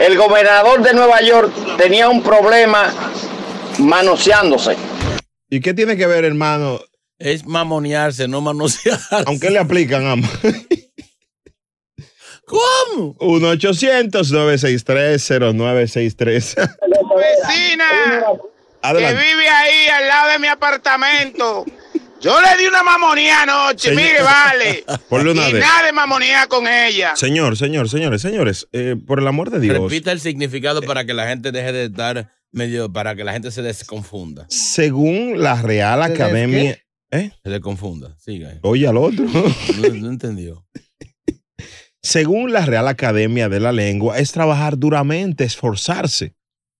Speaker 18: El gobernador de Nueva York tenía un problema manoseándose.
Speaker 1: ¿Y qué tiene que ver, hermano?
Speaker 2: Es mamonearse, no manosearse.
Speaker 1: Aunque le aplican, ambos.
Speaker 2: ¿Cómo?
Speaker 1: 1-800-963-0963.
Speaker 19: vecina que
Speaker 1: Adelante.
Speaker 19: vive ahí al lado de mi apartamento. Yo le di una mamonía anoche,
Speaker 1: Señor-
Speaker 19: mire, vale.
Speaker 1: Ponle una
Speaker 19: y
Speaker 1: vez.
Speaker 19: nada de mamonía con ella.
Speaker 1: Señor, señor, señores, señores, eh, por el amor de Dios.
Speaker 2: Repita el significado para que la gente deje de estar medio, para que la gente se desconfunda.
Speaker 1: Según la Real
Speaker 2: ¿Se des
Speaker 1: Academia. ¿Eh?
Speaker 2: Se desconfunda, siga.
Speaker 1: Oye al otro.
Speaker 2: No, no entendió.
Speaker 1: Según la Real Academia de la Lengua, es trabajar duramente, esforzarse.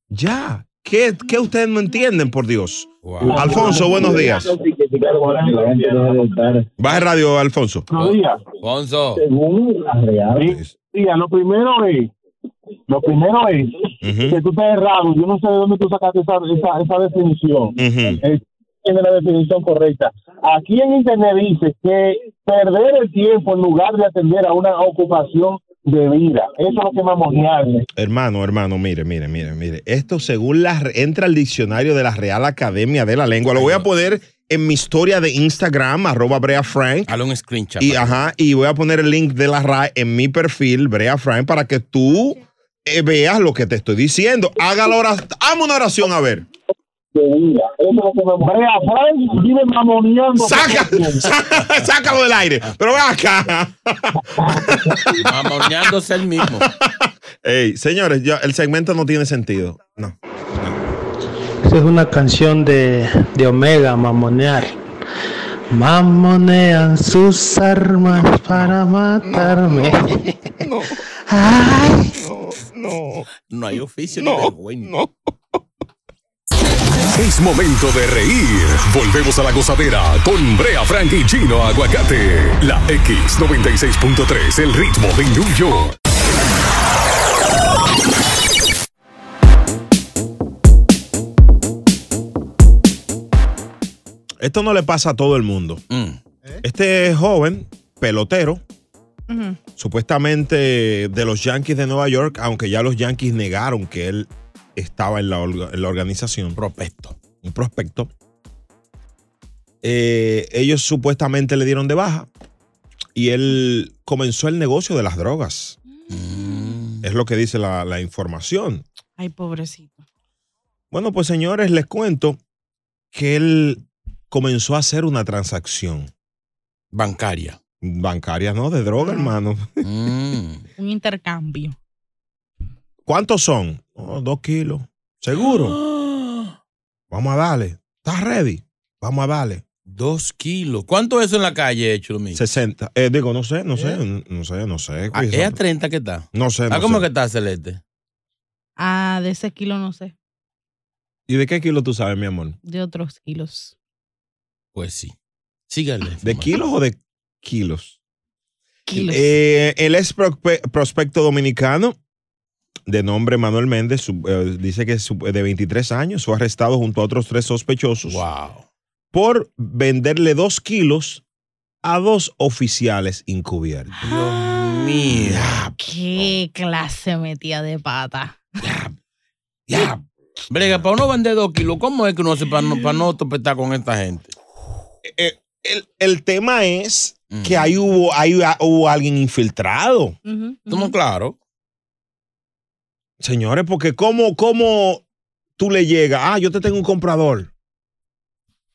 Speaker 1: Ya. ¿Qué, qué ustedes no entienden, por Dios? Alfonso, buenos días. Baja el radio, Alfonso.
Speaker 20: Buenos días.
Speaker 2: Alfonso.
Speaker 20: Según las reales. Mira, lo primero es, lo primero es que tú estás errado. Yo no sé de dónde tú sacaste esa, esa, esa definición. Eh, tiene la definición correcta. Aquí en Internet dice que perder el tiempo en lugar de atender a una ocupación de vida. Eso es lo que mamonearle.
Speaker 1: Hermano, hermano, mire, mire, mire, mire. Esto según la entra al diccionario de la Real Academia de la Lengua. Lo voy a poner en mi historia de Instagram, arroba Brea Frank.
Speaker 2: Hale un screenshot.
Speaker 1: Y, ajá, y voy a poner el link de la RAE en mi perfil, Brea Frank, para que tú eh, veas lo que te estoy diciendo. Haga la oración. Hazme una oración, a ver.
Speaker 20: Brea Frank vive mamoneando.
Speaker 1: Saca, saca- sácalo del aire. Pero ve acá.
Speaker 2: Mamoneándose el mismo.
Speaker 1: Ey, señores, yo- el segmento no tiene sentido. No.
Speaker 21: Esa es una canción de, de Omega, Mamonear. Mamonean sus armas para matarme. Ay.
Speaker 1: No.
Speaker 2: No hay oficio
Speaker 15: No,
Speaker 2: ni vergüenza. No.
Speaker 4: Es momento de reír. Volvemos a la gozadera con Brea Frank y Chino Aguacate. La X96.3, el ritmo de New York.
Speaker 1: Esto no le pasa a todo el mundo.
Speaker 2: Mm.
Speaker 1: Este joven, pelotero,
Speaker 10: Ujú.
Speaker 1: supuestamente de los Yankees de Nueva York, aunque ya los Yankees negaron que él estaba en la, orga- en la organización. Prospecto. Un prospecto. Eh, ellos supuestamente le dieron de baja y él comenzó el negocio de las drogas. Es lo que dice la- la información.
Speaker 10: Ay, pobrecito.
Speaker 1: Bueno, pues señores, les cuento que él comenzó a hacer una transacción. Bancaria. Bancaria, no, de droga, hermano.
Speaker 10: Un intercambio.
Speaker 1: ¿Cuántos son? Oh, dos kilos. Seguro. Vamos a darle. ¿Estás ready? Vamos a darle.
Speaker 2: Dos kilos. ¿Cuánto es eso en la calle, Chulumí?
Speaker 1: 60. Eh, digo, no sé, no sé, n- no sé, no sé.
Speaker 2: Ah, ¿Es a 30 que está?
Speaker 1: No sé,
Speaker 2: Ah,
Speaker 1: no
Speaker 2: ¿Cómo
Speaker 1: sé.
Speaker 2: que está Celeste?
Speaker 10: Ah, de ese kilo no sé.
Speaker 1: ¿Y de qué kilo tú sabes, mi amor?
Speaker 10: De otros kilos.
Speaker 2: Pues sí. Sígale.
Speaker 1: ¿De kilos o de kilos?
Speaker 10: Kilos.
Speaker 1: Eh, el ex prospe- prospecto dominicano de nombre Manuel Méndez su- eh, dice que su- de 23 años fue arrestado junto a otros tres sospechosos por venderle dos kilos a dos oficiales encubiertos. Dios mío.
Speaker 10: Qué clase metía de pata.
Speaker 2: Brega, para uno vender dos kilos, ¿cómo es que uno hace para no, para no topetar con esta gente?
Speaker 1: Eh, El, el tema es que ahí hubo, ahí hubo alguien infiltrado.
Speaker 2: Estamos claro.
Speaker 1: Señores, porque ¿cómo, cómo tú le llegas? Ah, yo te tengo un comprador.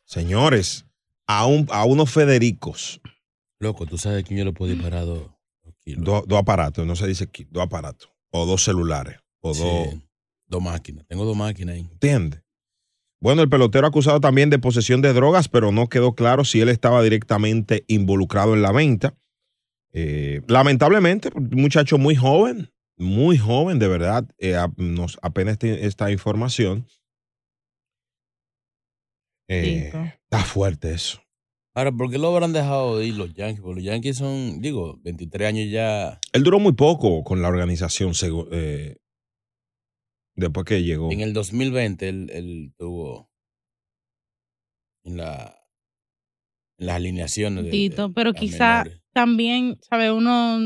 Speaker 1: Señores, a, un, a unos Federicos.
Speaker 2: Loco, tú sabes quién yo le puedo disparar dos.
Speaker 1: Dos dos aparatos, no se dice aquí, dos aparatos. O dos celulares. O
Speaker 2: Sí,
Speaker 1: dos.
Speaker 2: Dos máquinas. Tengo dos máquinas ahí.
Speaker 1: ¿Entiendes? Bueno, el pelotero acusado también de posesión de drogas, pero no quedó claro si él estaba directamente involucrado en la venta. Eh, lamentablemente, pues, un muchacho muy joven, muy joven, de verdad, eh, a- nos apenas te- esta información. Eh, está fuerte eso.
Speaker 2: Ahora, ¿por qué lo habrán dejado de ir los Yankees? Porque los Yankees son, digo, 23 años ya
Speaker 1: Él duró muy poco con la organización segu- eh, después que llegó.
Speaker 2: En el 2020 él, él tuvo en, la, en las alineaciones de-
Speaker 10: Tito,
Speaker 2: de-
Speaker 10: pero
Speaker 2: las
Speaker 10: quizá
Speaker 2: menores.
Speaker 10: también, sabe, uno,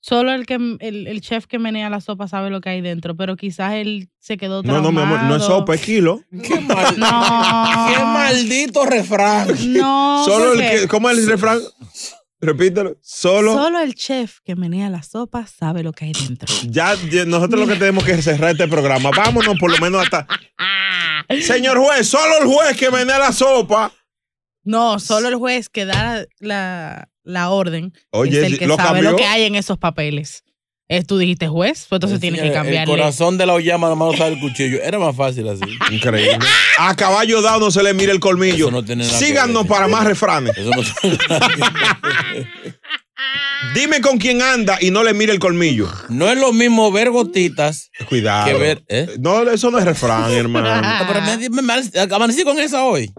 Speaker 10: solo el que el, el chef que menea la sopa sabe lo que hay dentro, pero quizás él se quedó
Speaker 1: No, no, mi amor, no es
Speaker 10: traumado.
Speaker 1: sopa, es kilo.
Speaker 10: No.
Speaker 2: ¡Qué maldito refrán!
Speaker 10: No,
Speaker 1: Solo el
Speaker 10: porque
Speaker 1: que, ¿Cómo es el refrán? Repítelo. Solo.
Speaker 10: solo el chef que menea la sopa sabe lo que hay dentro.
Speaker 1: Ya, ya, nosotros lo que tenemos que es cerrar este programa. Vámonos por lo menos hasta. Señor juez, solo el juez que menea la sopa.
Speaker 10: No, solo el juez que da la, la orden
Speaker 1: Oye,
Speaker 10: es el que
Speaker 1: lo
Speaker 10: sabe
Speaker 1: cambió.
Speaker 10: lo que hay en esos papeles. Eh, tú dijiste juez, pues entonces tiene que
Speaker 2: El- El
Speaker 10: cambiarle.
Speaker 2: corazón de la Ollama nomás lo sabe el cuchillo. Era más fácil así.
Speaker 1: Increíble. A caballo dado no se le mira el colmillo.
Speaker 2: nada
Speaker 1: Síganos para más refranes. Dime con quién anda y no le mire el colmillo.
Speaker 2: No es lo mismo ver gotitas.
Speaker 1: Cuidado.
Speaker 2: que ver- ¿eh?
Speaker 1: No, eso no es refrán, hermano.
Speaker 2: Ah, Pero me, me- me- amanecí con esa hoy.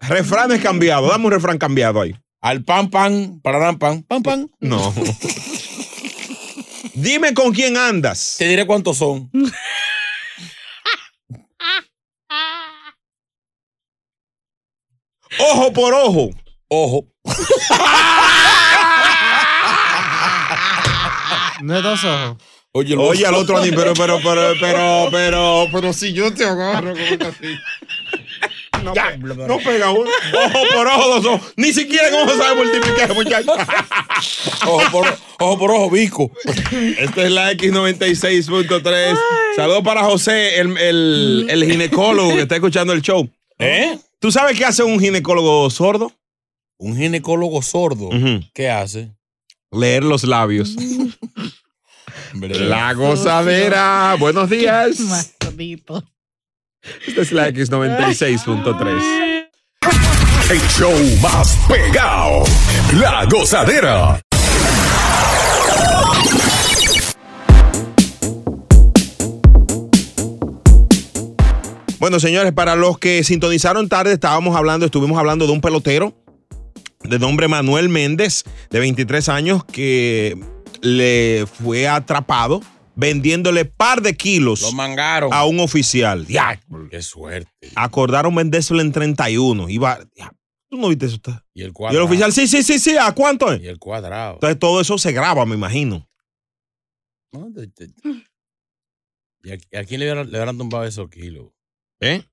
Speaker 1: Refranes cambiados. Dame un refrán cambiado ahí.
Speaker 2: Al pan, pan, pararán, pan, pan, pan.
Speaker 1: No. Dime con quién andas.
Speaker 2: Te diré cuántos son.
Speaker 1: Ojo por ojo.
Speaker 2: Ojo.
Speaker 1: No es dos ojos.
Speaker 2: Oye,
Speaker 1: al Oye, al otro ni, pero, pero, pero, pero, pero, pero si yo te agarro como que así. No, ya, no pega uno. Ojo por ojo, dos ojos. Ni siquiera cómo se sabe multiplicar, muchachos.
Speaker 2: ojo, por, ojo por ojo, bico.
Speaker 1: Esta es la X96.3. Saludos para José, el, el- el ginecólogo que está escuchando el show.
Speaker 2: ¿Eh?
Speaker 1: ¿Tú sabes qué hace un ginecólogo sordo?
Speaker 2: Un ginecólogo sordo. ¿Qué hace?
Speaker 1: Leer los labios. La gozadera. Buenos días.
Speaker 10: Maldito.
Speaker 1: Esta es la X96.3.
Speaker 4: El show más pegado. La gozadera.
Speaker 1: Bueno, señores, para los que sintonizaron tarde, estábamos hablando, estuvimos hablando de un pelotero de nombre Manuel Méndez, de 23 años, que le fue atrapado vendiéndole par de kilos
Speaker 2: Lo mangaron.
Speaker 1: a un oficial. Ya,
Speaker 2: Qué suerte.
Speaker 1: acordaron vendérselo en 31. Iba, ya, ¿Tú no viste eso? ta?
Speaker 2: Y el
Speaker 1: Y el
Speaker 2: cuadrado.
Speaker 1: oficial, sí, sí, sí, sí, ¿a cuánto es?
Speaker 2: El cuadrado.
Speaker 1: Entonces todo eso se graba, me imagino.
Speaker 2: No, te- te- ¿Y a, a quién le hubieran, le hubieran tumbado esos kilos?
Speaker 1: ¿Eh?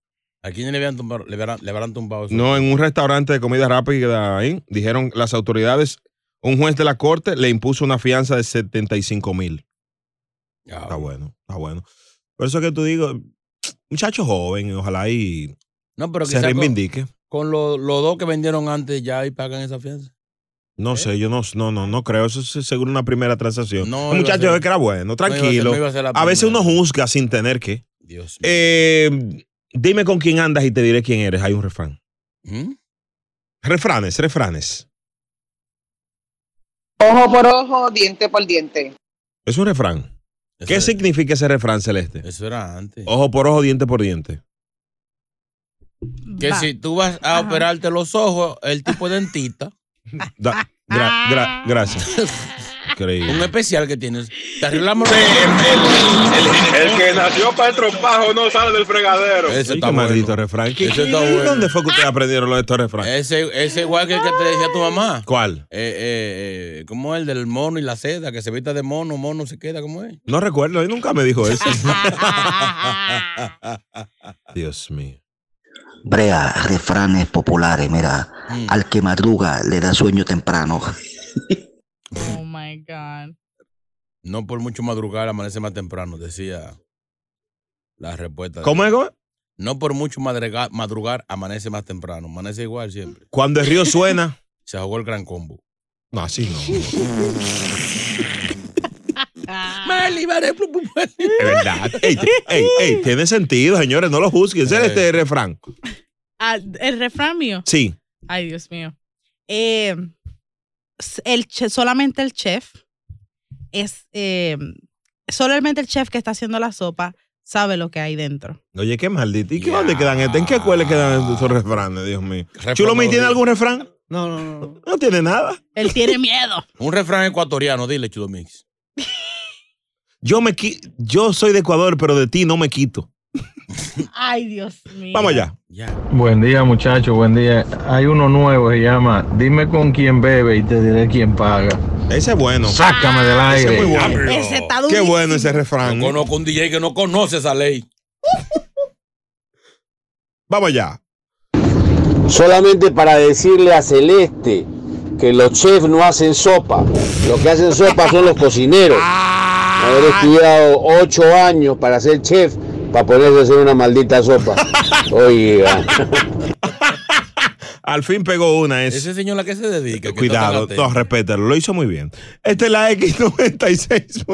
Speaker 2: ¿A quién le hubieran tumbado, le hubieran, le hubieran tumbado esos
Speaker 1: No, en un restaurante de comida rápida ahí, dijeron las autoridades, un juez de la corte le impuso una fianza de 75 mil. Está bueno, está bueno. Por eso que tú digo, muchacho joven, ojalá y
Speaker 2: No, pero
Speaker 1: se
Speaker 2: quizá con-
Speaker 1: reivindique.
Speaker 2: Con lo- los dos que vendieron antes ya y pagan esa fianza. ¿Eh?
Speaker 1: No sé, yo no, no, no, no creo. Eso es seguro una primera transacción.
Speaker 2: No
Speaker 1: Un
Speaker 2: iba a
Speaker 1: muchacho
Speaker 2: ser-
Speaker 1: que era bueno,
Speaker 2: no iba a ser-
Speaker 1: tranquilo.
Speaker 2: no iba a ser la
Speaker 1: a veces uno juzga sin tener que.
Speaker 2: Dios
Speaker 1: Eh, dime con quién andas y te diré quién eres. Hay un refrán.
Speaker 2: ¿Mm?
Speaker 1: Refranes, refranes.
Speaker 5: Ojo por ojo, diente por diente.
Speaker 1: Es un refrán. ¿Qué significa ese refrán celeste?
Speaker 2: Eso era antes.
Speaker 1: Ojo por ojo, diente por diente.
Speaker 2: Que si tú vas a operarte los ojos, el tipo de dentista,
Speaker 1: Da- gra- gra- gracias.
Speaker 2: un
Speaker 1: Increíble.
Speaker 2: especial que tienes, te arreglamos
Speaker 6: El que nació para el trompajo no sale del fregadero.
Speaker 1: Ese está maldito refrán. ¿Qué-
Speaker 2: Ese
Speaker 1: qué-
Speaker 2: está bueno.
Speaker 1: ¿Dónde fue que ustedes aprendieron lo de estos refranes?
Speaker 2: Ese, ese igual que el que te decía tu mamá.
Speaker 1: ¿Cuál?
Speaker 2: Eh, eh, eh, ¿Cómo es el del mono y la seda? Que se vista de mono, mono se queda, ¿cómo es?
Speaker 1: No recuerdo, él nunca me dijo eso. Ah. Dios mío.
Speaker 22: Brea, refranes populares, mira, al que madruga le da sueño temprano.
Speaker 10: Oh my God.
Speaker 2: No por mucho madrugar, amanece más temprano, decía la respuesta. de-
Speaker 1: ¿Cómo es? cómo?
Speaker 2: No por mucho madrugar, madrugar, amanece más temprano. Amanece igual siempre.
Speaker 1: Cuando el río suena.
Speaker 2: Se jugó el gran combo.
Speaker 1: No, así no.
Speaker 2: Me liberé.
Speaker 1: Es verdad. Ey, ey, ey, tiene sentido, señores. No lo juzguen. Ese es
Speaker 2: Eh.
Speaker 1: este refrán.
Speaker 10: Ah, el refrán mío.
Speaker 1: Sí.
Speaker 10: Ay, Dios mío. Eh, s- el che- solamente el chef es. eh, solamente el chef que está haciendo la sopa sabe lo que hay dentro.
Speaker 1: Oye, qué maldito. ¿Y qué dónde quedan estos? ¿En qué escuela quedan estos refranes, Dios mío? ¿Chulomi tiene algún refrán?
Speaker 2: No, no, no.
Speaker 1: No tiene nada.
Speaker 10: Él tiene miedo.
Speaker 2: Un refrán ecuatoriano, dile, Chudo Mix.
Speaker 1: Yo me qui- yo soy de Ecuador, pero de ti no me quito.
Speaker 10: Ay, Dios mío.
Speaker 1: Vamos allá.
Speaker 8: Buen día, muchachos, buen día. Hay uno nuevo, se llama Dime con quién bebe y te diré quién paga.
Speaker 1: Ese es bueno.
Speaker 8: Sácame del
Speaker 2: Ese
Speaker 8: aire.
Speaker 2: es muy bueno. Diablo. Ah, Ese está durísimo.
Speaker 1: Qué bueno ese refrán. ¿eh?
Speaker 2: Conozco un DJ que no conoce esa ley.
Speaker 1: Vamos allá.
Speaker 12: Solamente para decirle a Celeste que los chefs no hacen sopa. Lo que hacen sopa son los cocineros. Haber estudiado ocho años para ser chef, para ponerse a hacer una maldita sopa. Oiga.
Speaker 1: Al fin pegó una. Es,
Speaker 2: Ese señor a qué se dedica. Que
Speaker 1: cuidado,
Speaker 2: toca la
Speaker 1: no, respétalo. Lo hizo muy bien. Esta es la X96.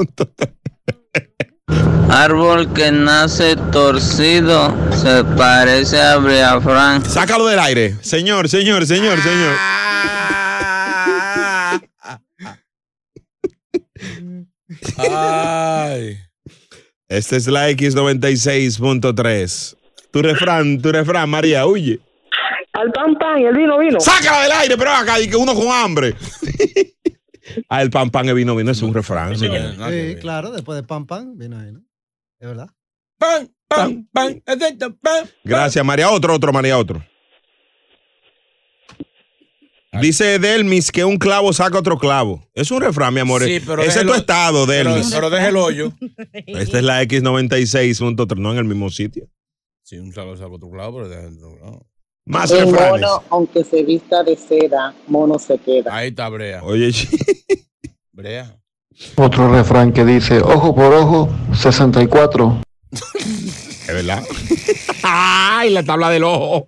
Speaker 23: Árbol que nace torcido se parece a Briafran.
Speaker 1: Sácalo del aire. Señor, señor, señor, señor.
Speaker 2: Ay.
Speaker 1: Esta es la X96.3. Tu refrán, tu refrán, María, huye.
Speaker 24: Al pan pan, el vino vino.
Speaker 1: Sácala del aire, pero acá, y que uno con hambre. Ah, el pan pan, el vino vino es un refrán, señor.
Speaker 9: Sí, claro, después de pan pan, viene ahí, ¿no? Es verdad.
Speaker 2: Pan, pan, pan, exacto, pan.
Speaker 1: Gracias, María. Otro, otro, María, otro. Dice Delmis que un clavo saca otro clavo. Es un refrán, mi amor.
Speaker 2: Sí, pero
Speaker 1: Ese es tu
Speaker 2: déjelo-
Speaker 1: estado,
Speaker 2: pero-
Speaker 1: Delmis.
Speaker 2: pero deja el hoyo.
Speaker 1: Esta es la X96.3, no en el mismo sitio.
Speaker 2: Sí, un clavo saca otro clavo, pero deja el otro clavo.
Speaker 1: Más
Speaker 25: el
Speaker 1: refranes.
Speaker 25: mono, aunque se vista de seda, mono se queda.
Speaker 2: Ahí está Brea.
Speaker 1: Oye,
Speaker 2: Brea.
Speaker 8: Otro refrán que dice, ojo por ojo, 64.
Speaker 1: Es verdad. ¡Ay, la tabla del ojo!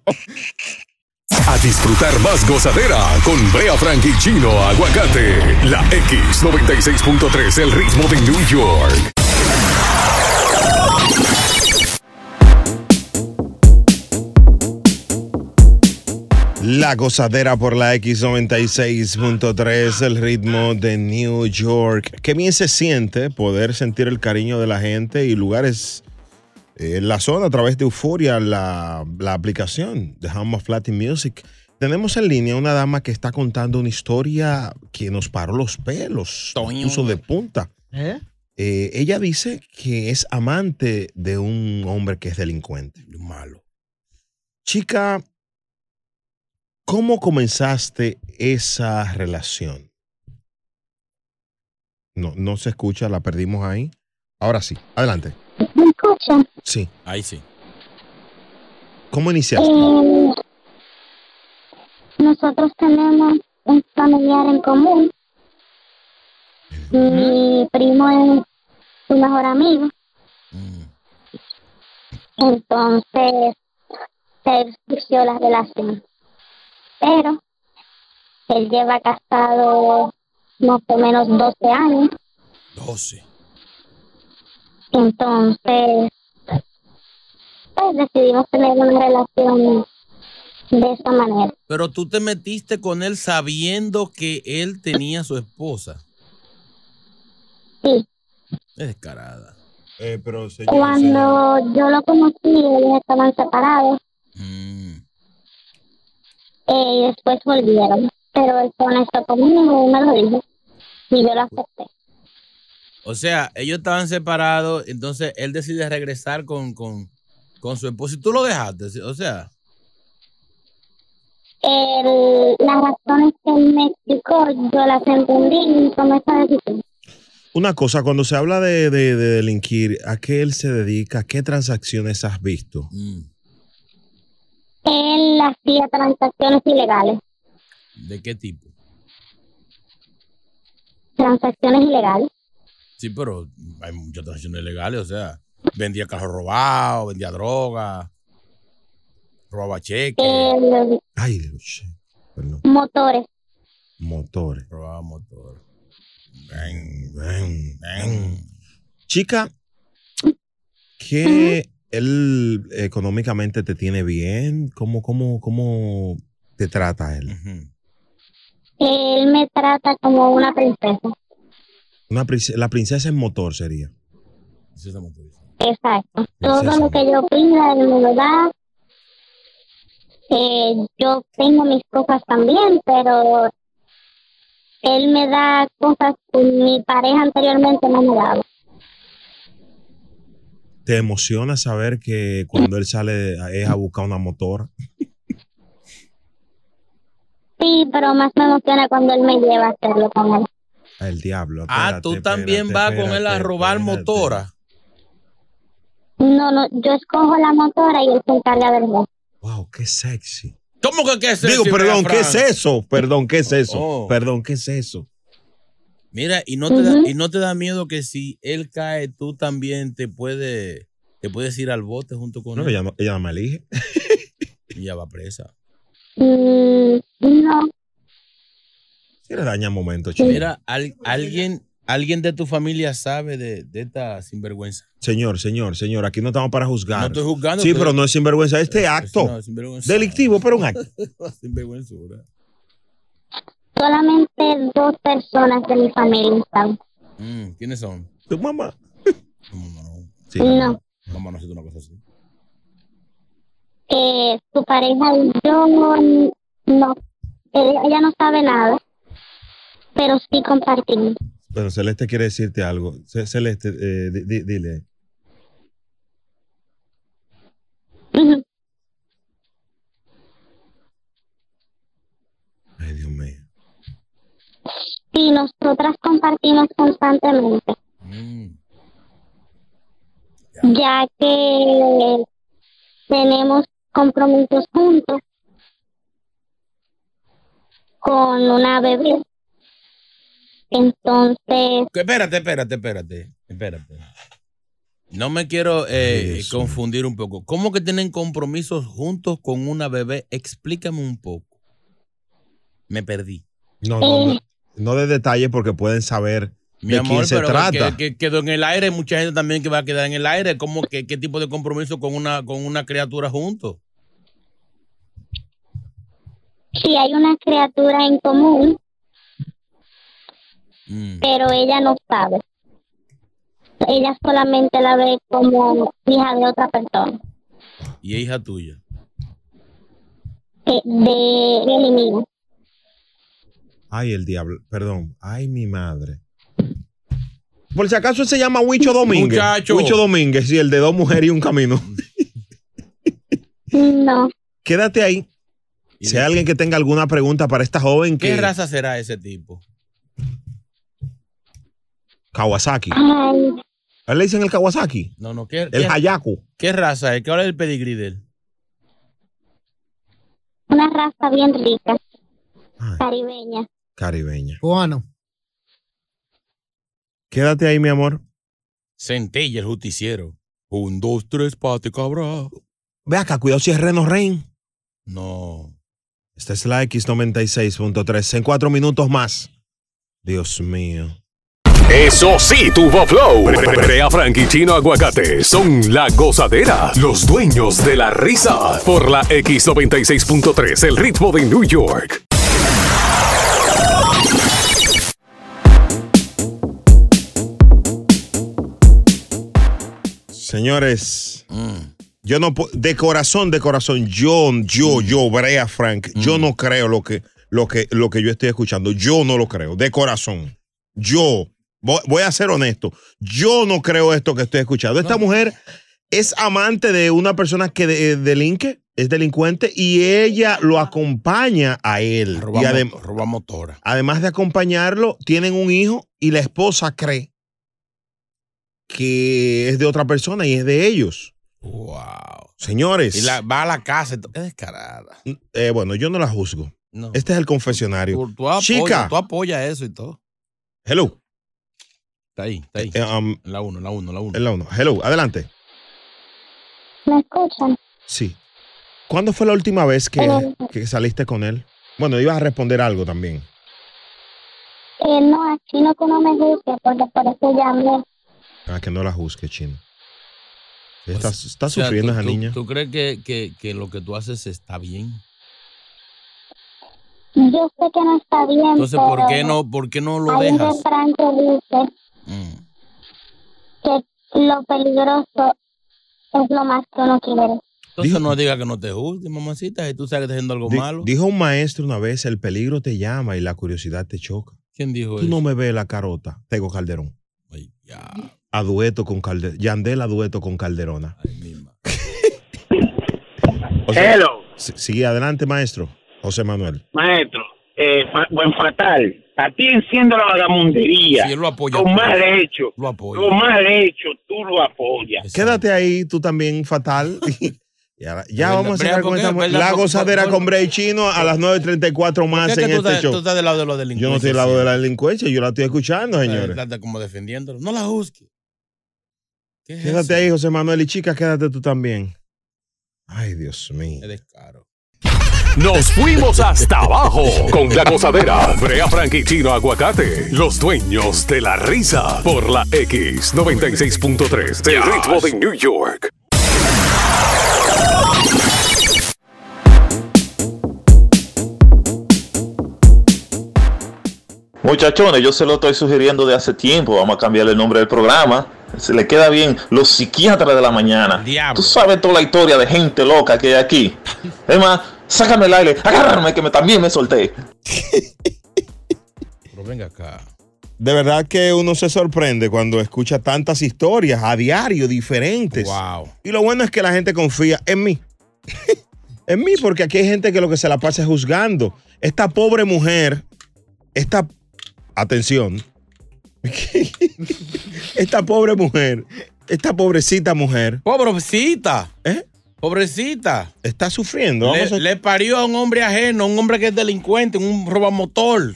Speaker 4: A disfrutar más gozadera con Brea Frank y Chino Aguacate. La X96.3, el ritmo de New York.
Speaker 1: La gozadera por la X96.3, el ritmo de New York. Qué bien se siente poder sentir el cariño de la gente y lugares eh, en la zona a través de Euforia, la, la aplicación de Home of Latin Music. Tenemos en línea una dama que está contando una historia que nos paró los pelos, nos puso de punta.
Speaker 9: ¿Eh?
Speaker 1: Eh, ella dice que es amante de un hombre que es delincuente. Malo. Chica, ¿cómo comenzaste esa relación? No, no se escucha, la perdimos ahí. Ahora sí, adelante.
Speaker 26: ¿Me escuchan?
Speaker 1: Sí.
Speaker 2: Ahí sí.
Speaker 1: ¿Cómo iniciaste?
Speaker 26: Eh, nosotros tenemos un familiar en común. Mi primo es su mejor amigo. Entonces se surgió la relación. Pero él lleva casado más o menos 12 años.
Speaker 2: 12.
Speaker 26: Entonces, pues decidimos tener una relación de esa manera.
Speaker 2: Pero tú te metiste con él sabiendo que él tenía su esposa.
Speaker 26: Sí.
Speaker 2: Es descarada. Eh,
Speaker 1: pero
Speaker 26: Cuando yo lo conocí, ellos estaban separados. Eh, y después volvieron. Pero él fue honesto conmigo y me lo dijo. Y yo lo acepté.
Speaker 2: O sea, ellos estaban separados, entonces él decide regresar con, con, con su esposo y tú lo dejaste. ¿sí? O sea,
Speaker 26: El, las razones que él me explicó, yo las entendí y tomé esa decisión.
Speaker 1: Una cosa, cuando se habla de, de- de delinquir, ¿a qué él se dedica? ¿Qué transacciones has visto?
Speaker 2: Mm.
Speaker 26: Él hacía transacciones ilegales.
Speaker 2: ¿de qué tipo?
Speaker 26: Transacciones ilegales.
Speaker 2: Sí, pero hay muchas transacciones legales, o sea, vendía carros robados, vendía droga, robaba cheques,
Speaker 26: Él,
Speaker 1: Ay,
Speaker 26: eh, motores.
Speaker 1: motores.
Speaker 2: robaba motores.
Speaker 1: Chica, ¿qué él económicamente te tiene bien? ¿Cómo, cómo, cómo te trata él?
Speaker 26: Él me trata como una princesa.
Speaker 1: Una prince- la princesa en motor sería.
Speaker 26: Exacto. Todo lo que yo pida, él me lo da. Eh, yo tengo mis cosas también, pero él me da cosas que mi pareja anteriormente no me daba.
Speaker 1: ¿Te emociona saber que cuando él sale es a buscar una motora?
Speaker 26: Sí, pero más me emociona cuando él me lleva a hacerlo con él.
Speaker 1: El diablo.
Speaker 2: ah, tú también vas con él a robar motora.
Speaker 26: No, no, yo escojo la motora y él se encarga del resto.
Speaker 1: Wow, qué sexy.
Speaker 2: ¿Cómo que qué es eso?
Speaker 1: Digo, perdón,
Speaker 2: Brea
Speaker 1: ¿qué es
Speaker 2: Frank?
Speaker 1: eso? Perdón, ¿qué es eso?
Speaker 2: Oh.
Speaker 1: Perdón, ¿qué es eso?
Speaker 2: Mira, y no, te da, y no te da miedo que si él cae, tú también te puede, te puedes ir al bote junto con
Speaker 1: No,
Speaker 2: él.
Speaker 1: ella, no, ella no me elige.
Speaker 2: Y ya va presa.
Speaker 26: Mm, no,
Speaker 1: Si le daña momento, chico.
Speaker 2: Mira, al- alguien, alguien de tu familia sabe de, de esta sinvergüenza.
Speaker 1: Señor, señor, señor, aquí no estamos para juzgar.
Speaker 2: No estoy juzgando,
Speaker 1: Sí,
Speaker 2: pero-
Speaker 1: pero no es sinvergüenza. Este acto
Speaker 2: no, es sinvergüenza.
Speaker 1: delictivo, pero un acto.
Speaker 2: sinvergüenzura.
Speaker 26: solamente dos personas de mi familia están.
Speaker 2: Mm, ¿Quiénes son?
Speaker 1: Tu mamá.
Speaker 2: Tu
Speaker 26: No.
Speaker 2: mamá no. Mamá no hace una cosa así.
Speaker 26: Eh, su pareja y yo no, él- ella no sabe nada, pero sí compartimos.
Speaker 1: Pero Celeste quiere decirte algo. Ce- Celeste, eh, di- di- dile.
Speaker 26: Ujú. Sí, nosotras compartimos constantemente, ya que tenemos compromisos juntos con una bebé. Entonces,
Speaker 2: Que Espérate, espérate, espérate. Espérate. No me quiero eh, confundir un poco. ¿Cómo que tienen compromisos juntos con una bebé? Explícame un poco. Me perdí.
Speaker 1: No,
Speaker 26: Oh.
Speaker 1: no, no, no de detalle porque pueden saber
Speaker 2: Mi
Speaker 1: de
Speaker 2: amor,
Speaker 1: quién se
Speaker 2: pero
Speaker 1: trata.
Speaker 2: Que, que quedó en el aire. Mucha gente también que va a quedar en el aire. ¿Cómo que qué tipo de compromiso con una, con una criatura juntos?
Speaker 26: sí hay una criatura en común,
Speaker 2: Mm.
Speaker 26: pero ella no sabe. Ella solamente la ve como hija de otra persona,
Speaker 2: Y es hija tuya.
Speaker 26: eh, de él y mío.
Speaker 1: Ay, el diablo. Perdón. Ay, mi madre. Por si acaso se llama Huicho Domínguez.
Speaker 6: Muchacho.
Speaker 1: Huicho Domínguez, sí, el de dos mujeres y un camino.
Speaker 26: No.
Speaker 1: Quédate ahí. Si hay alguien que tenga alguna pregunta para esta joven
Speaker 2: ¿Qué
Speaker 1: que
Speaker 2: raza será ese tipo?
Speaker 1: Kawasaki.
Speaker 26: Ay,
Speaker 1: ¿A él le dicen el Kawasaki?
Speaker 2: No, no, ¿qué,
Speaker 1: El
Speaker 2: qué-
Speaker 1: Hayaku.
Speaker 2: ¿Qué raza es? ¿Qué hora es el pedigrí de él?
Speaker 26: una raza bien rica.
Speaker 2: Ah.
Speaker 26: Caribeña.
Speaker 1: Caribeña.
Speaker 9: Cubano.
Speaker 1: Quédate ahí, mi amor.
Speaker 2: Centella, el justiciero. Un, dos, tres, pate cabra.
Speaker 1: Ve acá, cuidado si es Reno Rein.
Speaker 2: No.
Speaker 1: Esta es la X96.3. En cuatro minutos más. Dios mío.
Speaker 4: Eso sí, tuvo flow. Brea Frank y Chino Aguacate son la gozadera, los dueños de la risa. Por la X96.3, el ritmo de New York.
Speaker 1: Señores,
Speaker 2: Mm.
Speaker 1: yo no po- de corazón, de corazón, yo, yo, yo, Brea Frank,
Speaker 2: Mm.
Speaker 1: yo no creo lo que, lo, que, lo que yo estoy escuchando. Yo no lo creo, de corazón. Yo, voy, voy a ser honesto, yo no creo esto que estoy escuchando. Esta mujer es amante de una persona que de- eh, delinque, es delincuente, y ella lo acompaña a él.
Speaker 2: Roba,
Speaker 1: y
Speaker 2: mo-
Speaker 1: adem-
Speaker 2: roba motora.
Speaker 1: además de acompañarlo, tienen un hijo y la esposa cree que es de otra persona y es de ellos.
Speaker 2: Wow.
Speaker 1: Señores.
Speaker 2: Y la- va a la casa. y to- Qué descarada.
Speaker 1: Eh, bueno, yo no la juzgo.
Speaker 2: No.
Speaker 1: Este es el confesionario.
Speaker 2: Tú, tú apoyas,
Speaker 1: Chica.
Speaker 2: tú apoyas eso y todo.
Speaker 1: Hello.
Speaker 2: Está ahí, está ahí. la 1, la 1, la 1.
Speaker 1: Es la uno. Hello, adelante.
Speaker 26: ¿Me escuchan?
Speaker 1: Sí. ¿Cuándo fue la última vez que,
Speaker 26: Hello.
Speaker 1: que saliste con él? Bueno, ibas a responder algo también.
Speaker 26: Eh, no, así no que no me guste, porque por eso llamé.
Speaker 1: Ah, que no la juzgue, chino. Está, está
Speaker 2: Pues, O sea,
Speaker 1: sufriendo
Speaker 2: tú-
Speaker 1: esa
Speaker 2: tú-
Speaker 1: niña.
Speaker 2: ¿Tú crees que, que- que lo que tú haces está bien?
Speaker 26: Yo sé que no está bien,
Speaker 2: Entonces,
Speaker 26: pero
Speaker 2: ¿por qué no, por qué no lo
Speaker 26: hay un
Speaker 2: dejas? Mm.
Speaker 26: refrán que dice que lo peligroso es lo más que uno quiere.
Speaker 2: Entonces no digas que no te juzgue, mamacita, si tú sabes que estás haciendo algo
Speaker 1: Di-
Speaker 2: malo.
Speaker 1: Dijo un maestro una vez, el peligro te llama y la curiosidad te choca.
Speaker 2: ¿Quién dijo
Speaker 1: Tú no me ves la carota, Tego Calderón. A dueto con Calderón. Yandel a dueto con Calderona. O sea,
Speaker 27: Hello.
Speaker 1: sí- sí, adelante, maestro. José Manuel.
Speaker 27: Maestro, eh, fa- buen fatal, a ti enciendo la vagamundería.
Speaker 1: Sí, él lo apoya. pues.
Speaker 27: mal hecho.
Speaker 2: Lo
Speaker 27: mal hecho, tú lo apoyas.
Speaker 1: Quédate ahí, tú también, fatal. Y ahora- ya
Speaker 2: ¿Verdad?
Speaker 1: vamos a cerrar
Speaker 2: ¿Verdad?
Speaker 1: con
Speaker 2: ¿Por
Speaker 1: esta
Speaker 2: qué?
Speaker 1: mujer.
Speaker 2: ¿Verdad?
Speaker 1: La
Speaker 2: ¿Por-
Speaker 1: gozadera
Speaker 2: por-
Speaker 1: con Bray Chino a las 9.34
Speaker 2: ¿Por
Speaker 1: más
Speaker 2: qué que tú,
Speaker 1: en este
Speaker 2: estás, tú
Speaker 1: show.
Speaker 2: estás del lado de los delincuentes.
Speaker 1: Yo no estoy al lado
Speaker 2: sí?
Speaker 1: de la delincuencia, yo la estoy escuchando,
Speaker 2: Estás-
Speaker 1: señores.
Speaker 2: estás como defendiéndolo. No la juzgues. ¿Qué es
Speaker 1: Quédate
Speaker 2: eso?
Speaker 1: ahí, José Manuel. Y chicas, quédate tú también. Ay, Dios mío.
Speaker 4: Nos fuimos hasta abajo con la gozadera. Brea Frank y Chino Aguacate, los dueños de la risa. Por la X96.3, el ritmo de New York.
Speaker 3: Muchachones, yo se lo estoy sugiriendo de hace tiempo. Vamos a cambiarle el nombre del programa. Se le queda bien los psiquiatras de la mañana. Tú sabes toda la historia de gente loca que hay aquí. Es más, sácame el aire, agárrame que me, también me solté.
Speaker 2: Pero venga acá.
Speaker 1: De verdad que uno se sorprende cuando escucha tantas historias a diario diferentes. Y lo bueno es que la gente confía en mí. en mí, porque aquí hay gente que lo que se la pasa es juzgando. Esta pobre mujer, esta. Atención. esta pobre mujer, esta pobrecita mujer.
Speaker 2: Pobrecita.
Speaker 1: ¿Eh?
Speaker 2: Pobrecita.
Speaker 1: Está sufriendo. Vamos
Speaker 2: le,
Speaker 1: a-
Speaker 2: le parió a un hombre ajeno, un hombre que es delincuente, un robamotor.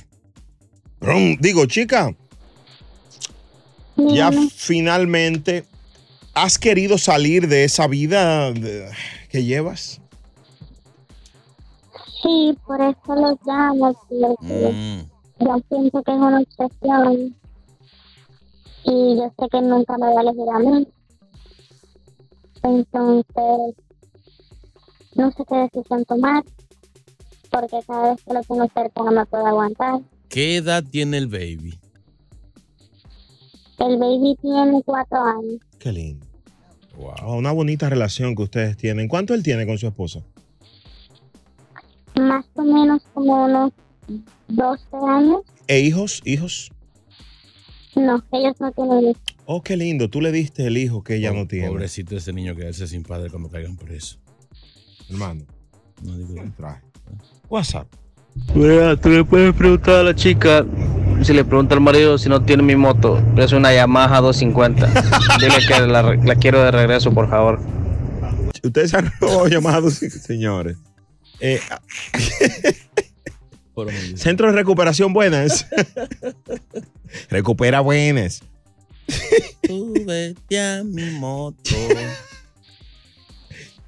Speaker 1: Brum, Digo, chica, ya finalmente has querido salir de esa vida de- que llevas.
Speaker 26: Sí, por eso los llamo. porque
Speaker 2: Mm.
Speaker 26: Yo pienso que es una obsesión. Y yo sé que nunca me va a elegir a mí. Entonces, no sé qué decisión tomar. Porque cada vez que lo tengo cerca no me puedo aguantar.
Speaker 2: ¿Qué edad tiene el baby?
Speaker 26: El baby tiene cuatro años.
Speaker 1: Qué lindo. Wow, una bonita relación que ustedes tienen. ¿Cuánto él tiene con su esposa?
Speaker 26: Más o menos como unos 12 años.
Speaker 1: ¿E hijos? ¿Hijos?
Speaker 26: No, ellos no tienen hijos.
Speaker 1: Oh, qué lindo. Tú le diste el hijo que ella no tiene.
Speaker 2: Pobrecito ese niño que hace sin padre cuando caigan preso.
Speaker 1: Hermano.
Speaker 2: No digo
Speaker 1: traje. WhatsApp.
Speaker 28: Mira, tú le puedes preguntar a la chica si le pregunta al marido si no tiene mi moto. pero Es una Yamaha 250. Dile que la, re- la quiero de regreso, por favor.
Speaker 1: Ustedes han robado llamados, señores. Eh, Centro de recuperación buenas. Recupera buenas.
Speaker 2: Súbete a mi moto.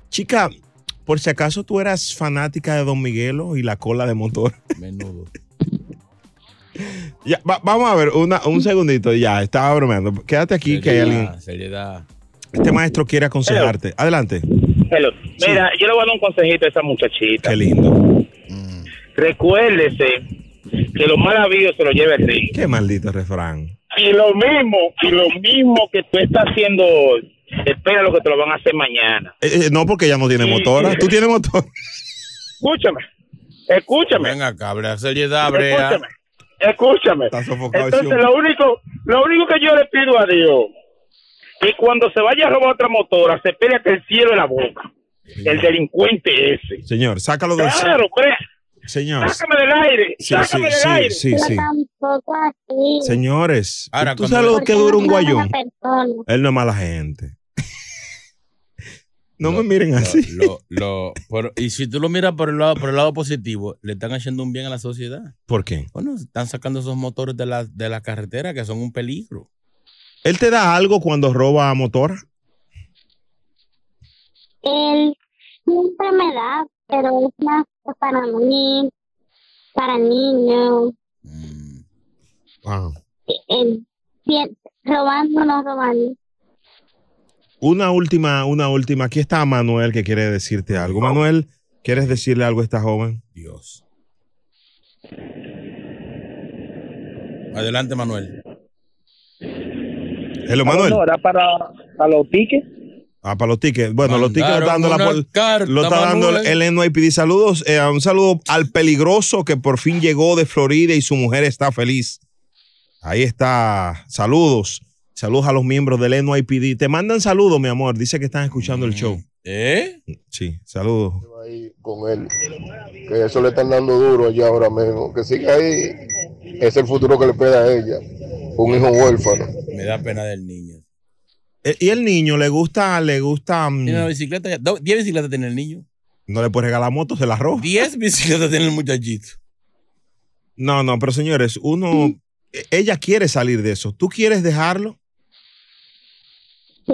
Speaker 1: Chica, por si acaso tú eras fanática de Don Miguelo y la cola de motor.
Speaker 2: Menudo.
Speaker 1: Ya, va- vamos a ver, una- un segundito. Ya, estaba bromeando. Quédate aquí que hay alguien.
Speaker 2: Seriedad, seriedad.
Speaker 1: Este maestro quiere aconsejarte. Adelante.
Speaker 27: Hello. Mira, yo le voy a dar un consejito a esa muchachita.
Speaker 1: Qué lindo.
Speaker 27: Recuérdese que lo más habido se lo lleva el rey.
Speaker 1: Qué maldito refrán.
Speaker 27: Y lo mismo, y lo mismo que tú estás haciendo hoy, espera lo que te lo van a hacer mañana.
Speaker 1: Eh, eh, no, porque ya no tiene motora. Tú tienes motor.
Speaker 27: Escúchame, escúchame.
Speaker 2: Venga acá, brea, seriedad, brea.
Speaker 27: Escúchame. Escúchame.
Speaker 2: sofocado ese
Speaker 27: Entonces,
Speaker 2: hombre.
Speaker 27: lo único, lo único que yo le pido a Dios, que cuando se vaya a robar otra motora, se espere a que el cielo la boca. El delincuente ese.
Speaker 1: Señor, sácalo del
Speaker 27: Claro, hombre,
Speaker 1: Señor.
Speaker 27: sácame del aire.
Speaker 1: Sí,
Speaker 27: sácame del
Speaker 1: sí, sí,
Speaker 27: aire.
Speaker 1: sí, sí.
Speaker 26: Tampoco así.
Speaker 1: Señores,
Speaker 2: Ahora,
Speaker 1: ¿tú
Speaker 2: cuando-
Speaker 1: sabes lo que dura un
Speaker 26: Porque no
Speaker 1: guayón?
Speaker 26: es una persona.
Speaker 1: Él no es mala gente. No, me miren así.
Speaker 2: Lo, lo- por- y si tú lo miras por el, lado, por el lado positivo, le están haciendo un bien a la sociedad.
Speaker 1: ¿Por qué?
Speaker 2: Bueno, están sacando esos motores de la, de la carretera que son un peligro.
Speaker 1: ¿Él te da algo cuando roba a motora?
Speaker 26: Él siempre me da, pero es más que para mí, para el niño.
Speaker 1: Mm. Wow.
Speaker 26: Él, bien, robando no robando.
Speaker 1: Una última, una última. Aquí está Manuel que quiere decirte algo. Manuel, ¿quieres decirle algo a esta joven?
Speaker 2: Dios. Adelante, Manuel.
Speaker 1: Hello, Manuel.
Speaker 11: era para a los tickets.
Speaker 1: Ah, para los tickets. Bueno, los tickets lo está dando, la
Speaker 11: Mandaron
Speaker 1: pol-
Speaker 11: una carta,
Speaker 1: lo está dando
Speaker 11: Manuel.
Speaker 1: el NYPD. Saludos. eh, un saludo al peligroso que por fin llegó de Florida y su mujer está feliz. Ahí está. Saludos. Saludos a los miembros del NYPD. Te mandan saludos, mi amor. Dice que están escuchando
Speaker 11: Mm.
Speaker 1: el show.
Speaker 2: ¿Eh?
Speaker 1: Sí, saludos.
Speaker 13: con él. Que eso le están dando duro allá ahora mismo. Que siga ahí. Es el futuro que le queda a ella. Un hijo huérfano.
Speaker 2: Me da pena del niño.
Speaker 1: Eh, Y el niño le gusta, le gusta. mm,
Speaker 2: Tiene una bicicleta. ya- do- Diez bicicletas tiene el niño.
Speaker 1: No le puede regalar motos, se la roba.
Speaker 2: Diez bicicletas tiene el muchachito.
Speaker 1: No, no, pero señores, uno. eh, Ella quiere salir de eso. ¿Tú quieres dejarlo?
Speaker 26: Sí.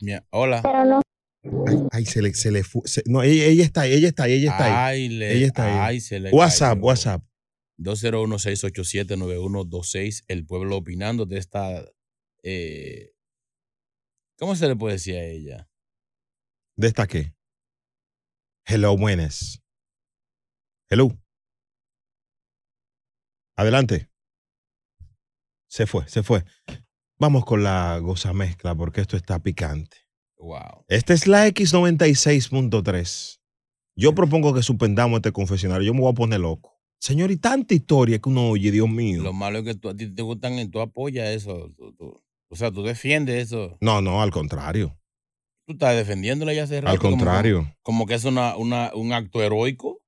Speaker 2: Mira, hola.
Speaker 26: Pero no.
Speaker 1: Ay, ay, se le, se le fu- se- no, ella, ella está ahí, ella está ahí, ella está ahí.
Speaker 2: Ay, le-
Speaker 1: ella está ahí.
Speaker 2: ay, se le
Speaker 1: WhatsApp,
Speaker 2: cayó.
Speaker 1: WhatsApp.
Speaker 2: 201-687-9126, el pueblo opinando de esta... eh, ¿Cómo se le puede decir a ella?
Speaker 1: ¿De esta qué? Hello, buenas. Hello. Adelante. Se fue, se fue. Vamos con la goza mezcla porque esto está picante.
Speaker 2: Wow.
Speaker 1: Esta es la X96.3. Yo propongo que suspendamos este confesionario. Yo me voy a poner loco. Señor, y tanta historia que uno oye, Dios mío.
Speaker 2: Lo malo es que tú, a ti te gustan y tú apoyas eso. tú- tú- o sea, tú defiendes eso.
Speaker 1: No, no, al contrario.
Speaker 2: Tú estás defendiéndola ya hace rato.
Speaker 1: Al
Speaker 2: como-
Speaker 1: contrario.
Speaker 2: Como, que es una, una- un acto heroico.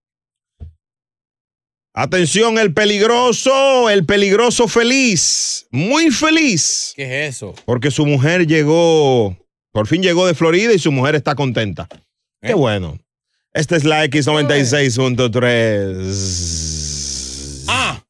Speaker 1: Atención, el peligroso, el peligroso feliz, muy feliz,
Speaker 2: ¿Qué es eso?
Speaker 1: porque su mujer llegó, por fin llegó de Florida y su mujer está contenta. Qué bueno. Esta es la X96.3.
Speaker 2: Ah,